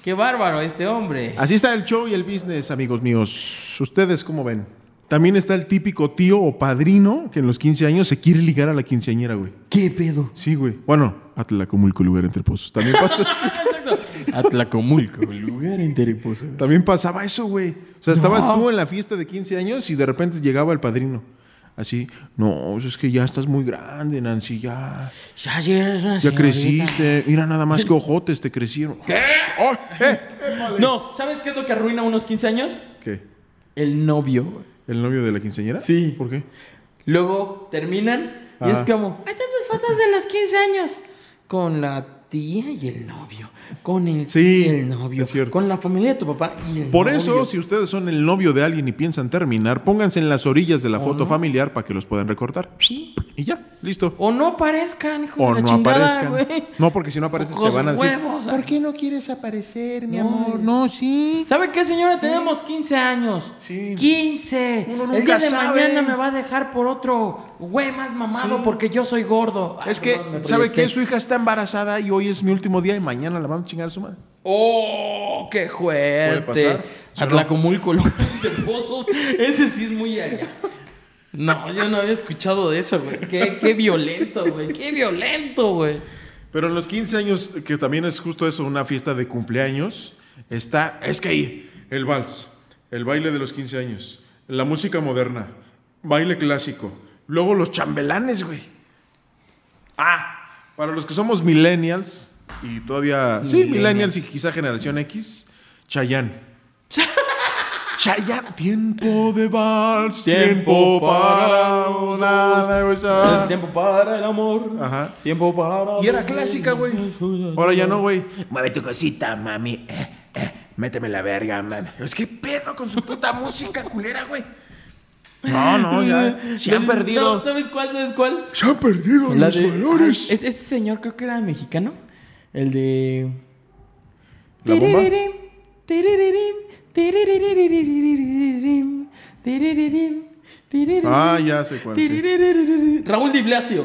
S3: Qué bárbaro este hombre.
S4: Así está el show y el business, amigos míos. ¿Ustedes cómo ven? También está el típico tío o padrino que en los 15 años se quiere ligar a la quinceañera, güey.
S3: ¿Qué pedo?
S4: Sí, güey. Bueno, Atlacomulco, lugar entre pozos. También, pasa-
S3: Atlacomulco, lugar interposo.
S4: también pasaba eso, güey. O sea, estabas
S3: No.
S4: tú en la fiesta de 15 años y de repente llegaba el padrino. Así, no, es que ya estás muy grande, Nancy, ya.
S3: Ya, sí eres una
S4: Ya
S3: señorita.
S4: creciste. Mira nada más que ojotes te crecieron. ¿Qué?
S3: No, ¿sabes qué es lo que arruina unos 15 años?
S4: ¿Qué?
S3: El novio. güey.
S4: ¿El novio de la quinceañera?
S3: Sí.
S4: ¿Por qué?
S3: Luego terminan y
S4: Ajá.
S3: es como, hay tantas fotos de los 15 años. Con la tía y el novio. Con el
S4: Sí,
S3: tío y el novio.
S4: es cierto.
S3: Con la familia de tu papá y el
S4: Por
S3: novio.
S4: eso, si ustedes son el novio de alguien y piensan terminar, pónganse en las orillas de la foto familiar para que los puedan recortar.
S3: Oh, Sí.
S4: Y ya, listo.
S3: O no aparezcan, hijos
S4: O
S3: de la
S4: no
S3: chingada,
S4: aparezcan.
S3: güey.
S4: No, porque si no apareces te
S3: Ojos
S4: van a decir.
S3: huevos.
S2: ¿Por qué no quieres aparecer, mi amor? No, sí.
S3: ¿Sabe qué, señora? Tenemos 15 años.
S4: Sí.
S3: 15.
S4: Uno
S3: el día
S4: nunca
S3: de
S4: sabe.
S3: mañana me va a dejar por otro güey más mamado porque yo soy gordo. Ay,
S4: Es que,
S3: perdón, me
S4: ¿sabe
S3: proyecté.
S4: qué? Su hija está embarazada y hoy es mi último día y mañana la van a chingar a su madre.
S3: ¡Oh, qué fuerte!
S4: pasar? ¿Sí o no?
S3: Atlacomulco, lugares de pozos. Ese sí es muy allá. No, yo no había escuchado de eso, güey. Qué, qué violento, güey. Qué violento, güey.
S4: Pero en los 15 años, que también es justo eso, una fiesta de cumpleaños, está, es que ahí, el vals, el baile de los 15 años, la música moderna, baile clásico, luego los chambelanes, güey. Ah, para los que somos millennials y todavía... Sí, millennials y quizá generación X, Chayán. Chayán, tiempo de vals, tiempo,
S3: Tiempo
S4: para
S3: para
S4: una...
S3: El tiempo para el amor.
S4: Ah. Ajá.
S3: Tiempo para.
S4: Y era clásica, güey. Ahora ya no, güey.
S2: Mueve tu cosita, mami. Eh, eh, méteme la verga, mami. Es que pedo con su puta música culera, güey.
S4: No, no, ya. Se han perdido.
S3: ¿Sabes cuál? ¿Sabes cuál?
S4: Se han perdido
S3: La
S4: los
S3: de-
S4: valores.
S2: Ah,
S3: Ay, es- este señor creo que era mexicano. El de.
S4: ¿La bomba?
S3: Tiriririm, tiriririm, tiririririririm, tiriririm, tiriririm,
S4: Ah, ya sé cuál, sí.
S3: tiririririririm. Raúl Di Blasio.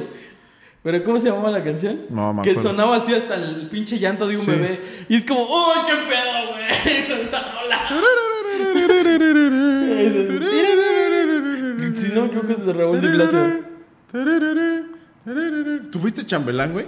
S3: ¿Pero cómo se llamaba la canción?
S4: No, me
S3: Que
S4: acuerdo.
S3: sonaba así hasta el pinche llanto de un
S4: Sí.
S3: bebé. Y es como, ¡Uy, qué pedo, güey! Con esa rola. Si no me equivoco, es de Raúl Di Blasio.
S4: ¿Tú fuiste chambelán, güey?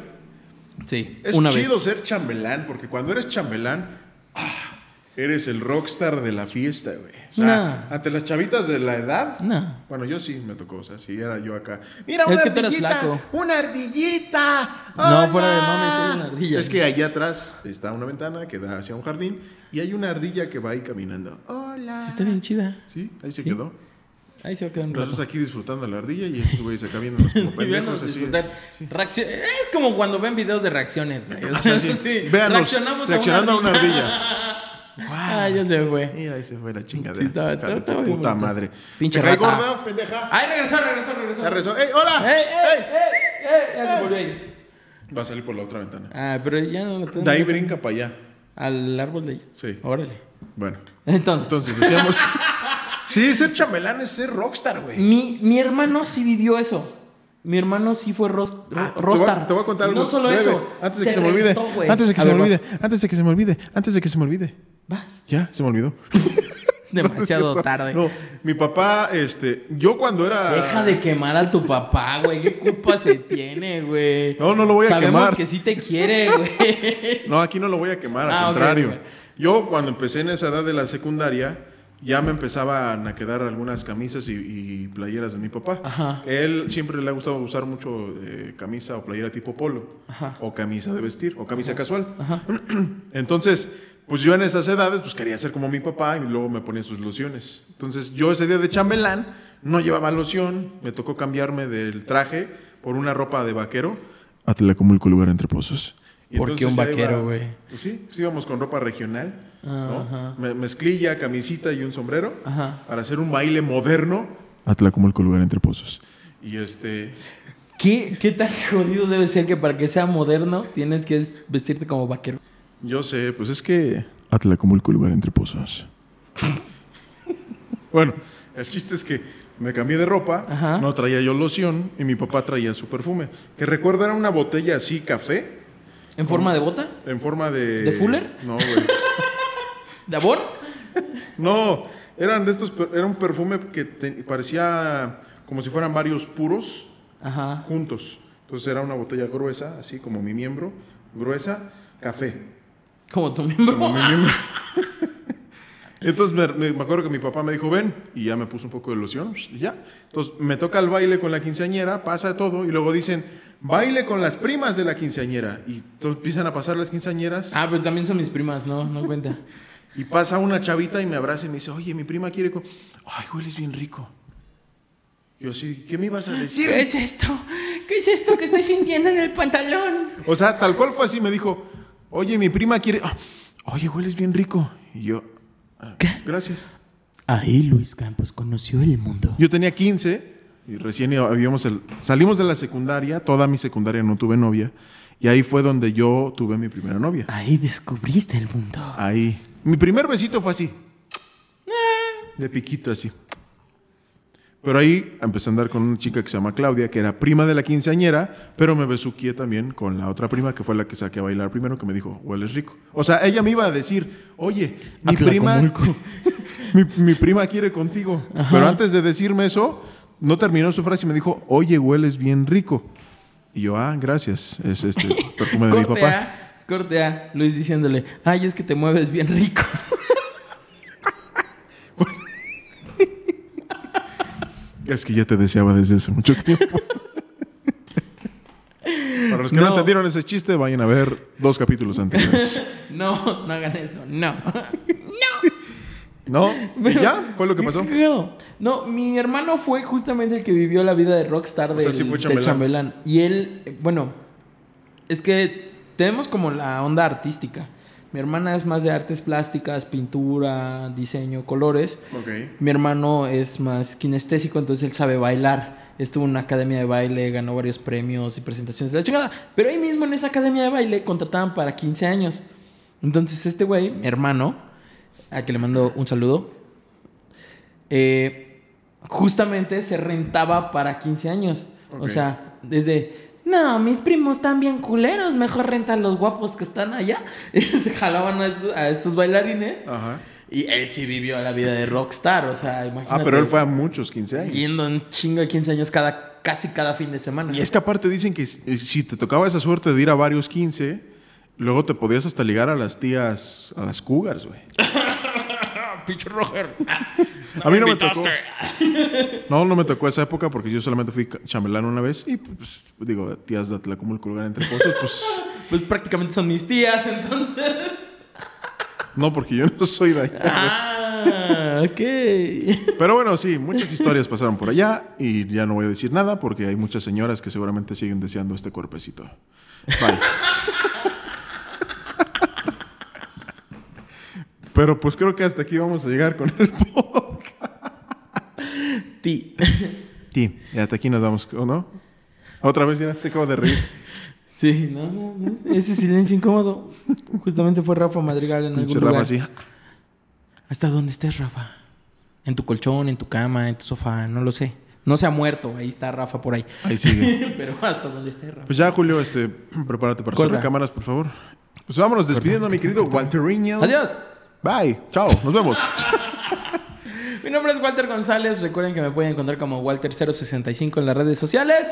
S3: Sí,
S4: Es
S3: una
S4: chido
S3: vez.
S4: ser chambelán, porque cuando eres chambelán, ah, eres el rockstar de la fiesta, güey. O sea, ante las chavitas de la edad.
S3: No.
S4: Bueno, yo sí me tocó, o sea, sí era yo acá. Mira,
S3: Es
S4: una
S3: que tú eras
S4: ardillita,
S3: flaco.
S4: una ardillita.
S3: No,
S4: ¡Hola!
S3: fuera de mames, era una ardilla.
S4: Es que allá atrás está una ventana que da hacia un jardín y hay una ardilla que va ahí caminando. Hola.
S3: Sí, está bien chida.
S4: Sí, ahí se quedó.
S3: Ahí se va a quedar un rato.
S4: Nosotros aquí disfrutando la ardilla y estos güeyes acá viéndonos como
S3: Y véanos
S4: pendejos así.
S3: disfrutar. Reaccio- Es como cuando ven videos de reacciones, güey. O
S4: O
S3: sea,
S4: sea, sí.
S3: sí,
S4: Véanlos,
S3: reaccionamos
S4: reaccionando
S3: a una ardilla.
S4: Guau.
S3: Ah, ya se fue.
S4: Mira, ahí se fue la chingadera.
S3: Sí, estaba-
S4: Hija de
S3: estaba
S4: tu
S3: bien
S4: puta
S3: bonito.
S4: madre.
S3: Pinche
S4: ¿Te cae
S3: rata.
S4: gorda, pendeja?
S3: Ay, regresó, regresó, regresó.
S4: Ya regresó. ¡Ey, hola!
S3: ¡Ey, ey,
S4: ¡Ey!
S3: ey, ey! Ya se volvió a ir.
S4: Va a salir por la otra ventana.
S3: Ah, pero ya no lo tenemos.
S4: De ahí brinca para allá.
S3: Al árbol de ella.
S4: Sí.
S3: Órale.
S4: Bueno.
S3: Entonces,
S4: Entonces decíamos. sí, ser chambelán es ser rockstar, güey.
S3: mi, mi hermano sí vivió eso. Mi hermano sí fue ros- ro-
S4: Ah, te voy a-
S3: rockstar.
S4: Te voy a contar
S3: Y
S4: algo.
S3: No solo
S4: breve,
S3: eso.
S4: Antes de que se me olvide.
S3: rentó, güey.
S4: Antes de que
S3: A
S4: se me
S3: ver,
S4: olvide. Antes de que se me olvide. Antes de que se me olvide.
S3: vas. Vas.
S4: Ya, se me olvidó.
S3: Demasiado
S4: No es cierto.
S3: tarde.
S4: No, mi papá, este, yo cuando era.
S3: Deja de quemar a tu papá, güey. ¿Qué culpa se tiene, güey?
S4: No, no lo voy a
S3: Sabemos
S4: quemar.
S3: que sí te quiere, güey.
S4: No, aquí no lo voy a quemar, al
S3: Ah, ok,
S4: contrario.
S3: ok.
S4: Yo cuando empecé en esa edad de la secundaria, ya me empezaban a quedar algunas camisas y, y playeras de mi papá.
S3: Ajá.
S4: Él siempre le ha gustado usar mucho eh, camisa o playera tipo polo, o camisa de vestir, o camisa casual. Entonces, pues yo en esas edades, pues quería ser como mi papá y luego me ponía sus lociones. Entonces, yo ese día de chambelán no llevaba loción, me tocó cambiarme del traje por una ropa de vaquero. Atlacomulco, lugar entre pozos. Y
S3: ¿Por qué
S4: entonces
S3: un
S4: ya
S3: vaquero,
S4: iba-
S3: güey?
S4: Pues sí, pues íbamos con ropa regional, ¿no?
S3: Ajá.
S4: Me- mezclilla, camisita y un sombrero
S3: Ajá.
S4: para hacer un baile moderno. Atlacomulco, lugar entre pozos. Y este,
S3: ¿Qué, ¿Qué tan jodido debe ser que para que sea moderno tienes que es- vestirte como vaquero?
S4: Yo sé, pues es que. Atlacomulco, lugar entre pozos. bueno, el chiste es que me cambié de ropa,
S3: Ajá.
S4: no traía yo loción y mi papá traía su perfume. Que recuerdo era una botella así, café,
S3: ¿En forma de bota?
S4: en forma de.
S3: ¿De Fuller?
S4: No, güey.
S3: ¿De abón?
S4: no, eran de estos. per- Era un perfume que te- parecía como si fueran varios puros
S3: Ajá.
S4: juntos. Entonces era una botella gruesa, así como mi miembro, gruesa, café.
S3: Como tu miembro.
S4: Entonces me, me- me acuerdo que mi papá me dijo, ven, y ya me puso un poco de loción, pues, y ya. Entonces me toca el baile con la quinceañera, pasa todo, y luego dicen, baile con las primas de la quinceañera. Y entonces empiezan a pasar las quinceañeras,
S3: Ah, pero también son mis primas, no, no cuenta.
S4: y pasa una chavita y me abraza y me dice, oye, mi prima quiere... co- Ay, hueles bien rico. Yo sí, ¿qué me ibas a decir?
S3: ¿Qué es esto? ¿Qué es esto que estoy sintiendo en el pantalón?
S4: O sea, tal cual fue así, me dijo, oye, mi prima quiere... ah, oye, hueles bien rico. Y yo, "Ah, gracias.
S3: Ahí Luis Campos conoció el mundo.
S4: Yo tenía 15 y recién habíamos el- salimos de la secundaria, toda mi secundaria no tuve novia y ahí fue donde yo tuve mi primera novia.
S3: Ahí descubriste el mundo.
S4: Ahí. Mi primer besito fue así. eh, De piquito así. Pero ahí empecé a andar con una chica que se llama Claudia, que era prima de la quinceañera, pero me besuqué también con la otra prima, que fue la que saqué a bailar primero, que me dijo, hueles rico. O sea, ella me iba a decir, oye, mi prima, mi, mi prima quiere contigo. Pero antes de decirme eso, no terminó su frase y me dijo, oye, hueles bien rico. Y yo, ah, gracias, es este perfume de mi
S3: Corte
S4: papá.
S3: A, corte A, Luis diciéndole, ay, es que te mueves bien rico.
S4: Es que ya te deseaba desde hace mucho tiempo. Para los que no.
S3: No.
S4: entendieron ese chiste, vayan a ver dos capítulos anteriores.
S3: No, no hagan eso, no.
S4: ¿No? ¿Y
S3: Pero-
S4: ya, fue lo que
S3: ¿Qué
S4: pasó.
S3: cagado? No, mi hermano fue justamente el que vivió la vida de rockstar
S4: sea,
S3: del-
S4: sí fue
S3: de
S4: chambelán.
S3: chambelán. Y él, eh, bueno, es que tenemos como la onda artística. Mi hermana es más de artes plásticas, pintura, diseño, colores.
S4: Ok.
S3: Mi hermano es más kinestésico, entonces él sabe bailar. Estuvo en una academia de baile, ganó varios premios y presentaciones de la chingada. Pero ahí mismo en esa academia de baile contrataban para 15 años. Entonces este güey, mi hermano, a que le mando un saludo, eh, justamente se rentaba para 15 años. O
S4: Ok.
S3: sea, desde... No, mis primos están bien culeros, mejor rentan los guapos que están allá. se jalaban a estos- a estos bailarines.
S4: Ajá.
S3: Y él sí vivió la vida de rockstar, o sea, imagínate.
S4: Ah, pero él fue a muchos 15 años.
S3: Yendo un chingo de 15 años cada, casi cada fin de semana.
S4: Y es que aparte dicen que si eh, si te tocaba esa suerte de ir a varios 15, luego te podías hasta ligar a las tías, a las cougars, güey.
S6: Pinche Roger.
S4: a mí no me tocó. No, no me tocó esa época porque yo solamente fui ca- chambelán una vez y pues digo, tías de Atlacomulco, lugar entre cosas, pues
S3: Pues prácticamente son mis tías, entonces.
S4: no, porque yo no soy de allá.
S3: Ah, ok.
S4: Pero bueno, sí, muchas historias pasaron por allá y ya no voy a decir nada porque hay muchas señoras que seguramente siguen deseando este cuerpecito. Vale. Pero pues creo que hasta aquí vamos a llegar con el podcast.
S3: Ti.
S4: Sí, y hasta aquí nos vamos, ¿o no? Otra vez ya se acabo de reír.
S3: Sí, no, no, no. Ese silencio incómodo. Justamente fue Rafa Madrigal en algún
S4: Pinche
S3: lugar.
S4: Rafa así.
S3: ¿Hasta dónde estés, Rafa? En tu colchón, en tu cama, en tu sofá, no lo sé. No se ha muerto, ahí está Rafa por ahí.
S4: Ahí sigue.
S3: Pero hasta donde esté Rafa.
S4: Pues ya, Julio, este, prepárate para
S3: Corra.
S4: cerrar cámaras, por favor. Pues vámonos despidiendo, mi querido Walteriño.
S3: Adiós.
S4: Bye. Chao. Nos vemos.
S3: Mi nombre es Walter González. Recuerden que me pueden encontrar como Walter065 en las redes sociales.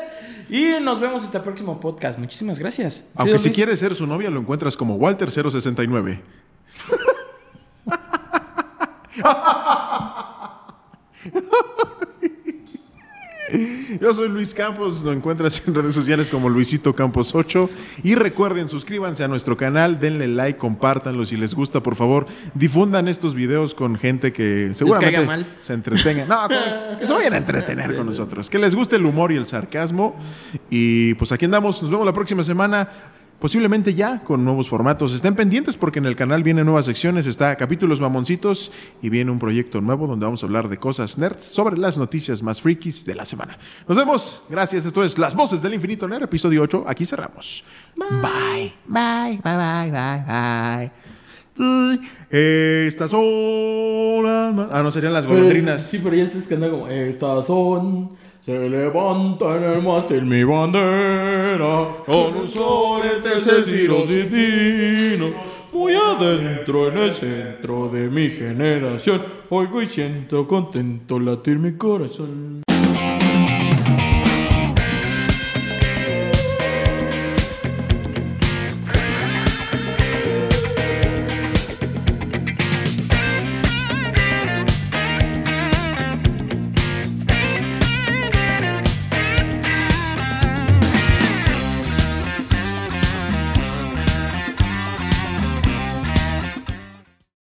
S3: Y nos vemos hasta el próximo podcast. Muchísimas gracias.
S4: Aunque si
S3: Luis.
S4: quieres ser su novia, lo encuentras como Walter069. Yo soy Luis Campos, lo encuentras en redes sociales como Luisito Campos 8 y recuerden suscríbanse a nuestro canal, denle like, compártanlo si les gusta, por favor, difundan estos videos con gente que seguramente
S3: caiga mal.
S4: se entretenga, no, pues, que se vayan a entretener con nosotros, que les guste el humor y el sarcasmo y pues aquí andamos, nos vemos la próxima semana. Posiblemente ya con nuevos formatos. Estén pendientes porque en el canal vienen nuevas secciones, está capítulos mamoncitos y viene un proyecto nuevo donde vamos a hablar de cosas nerds sobre las noticias más frikis de la semana. Nos vemos. Gracias. Esto es Las Voces del Infinito Nerd, episodio 8. Aquí cerramos. Bye.
S2: Bye, bye, bye, bye, bye.
S4: Estas son las ma- Ah, no, serían las
S3: Pero-
S4: golondrinas.
S3: Sí, pero ya estás cantando como eh, Estas son Se levanta en el mástil mi bandera Con un sol entre cefiros y dinos Muy adentro en el centro de mi generación Oigo y siento contento latir mi corazón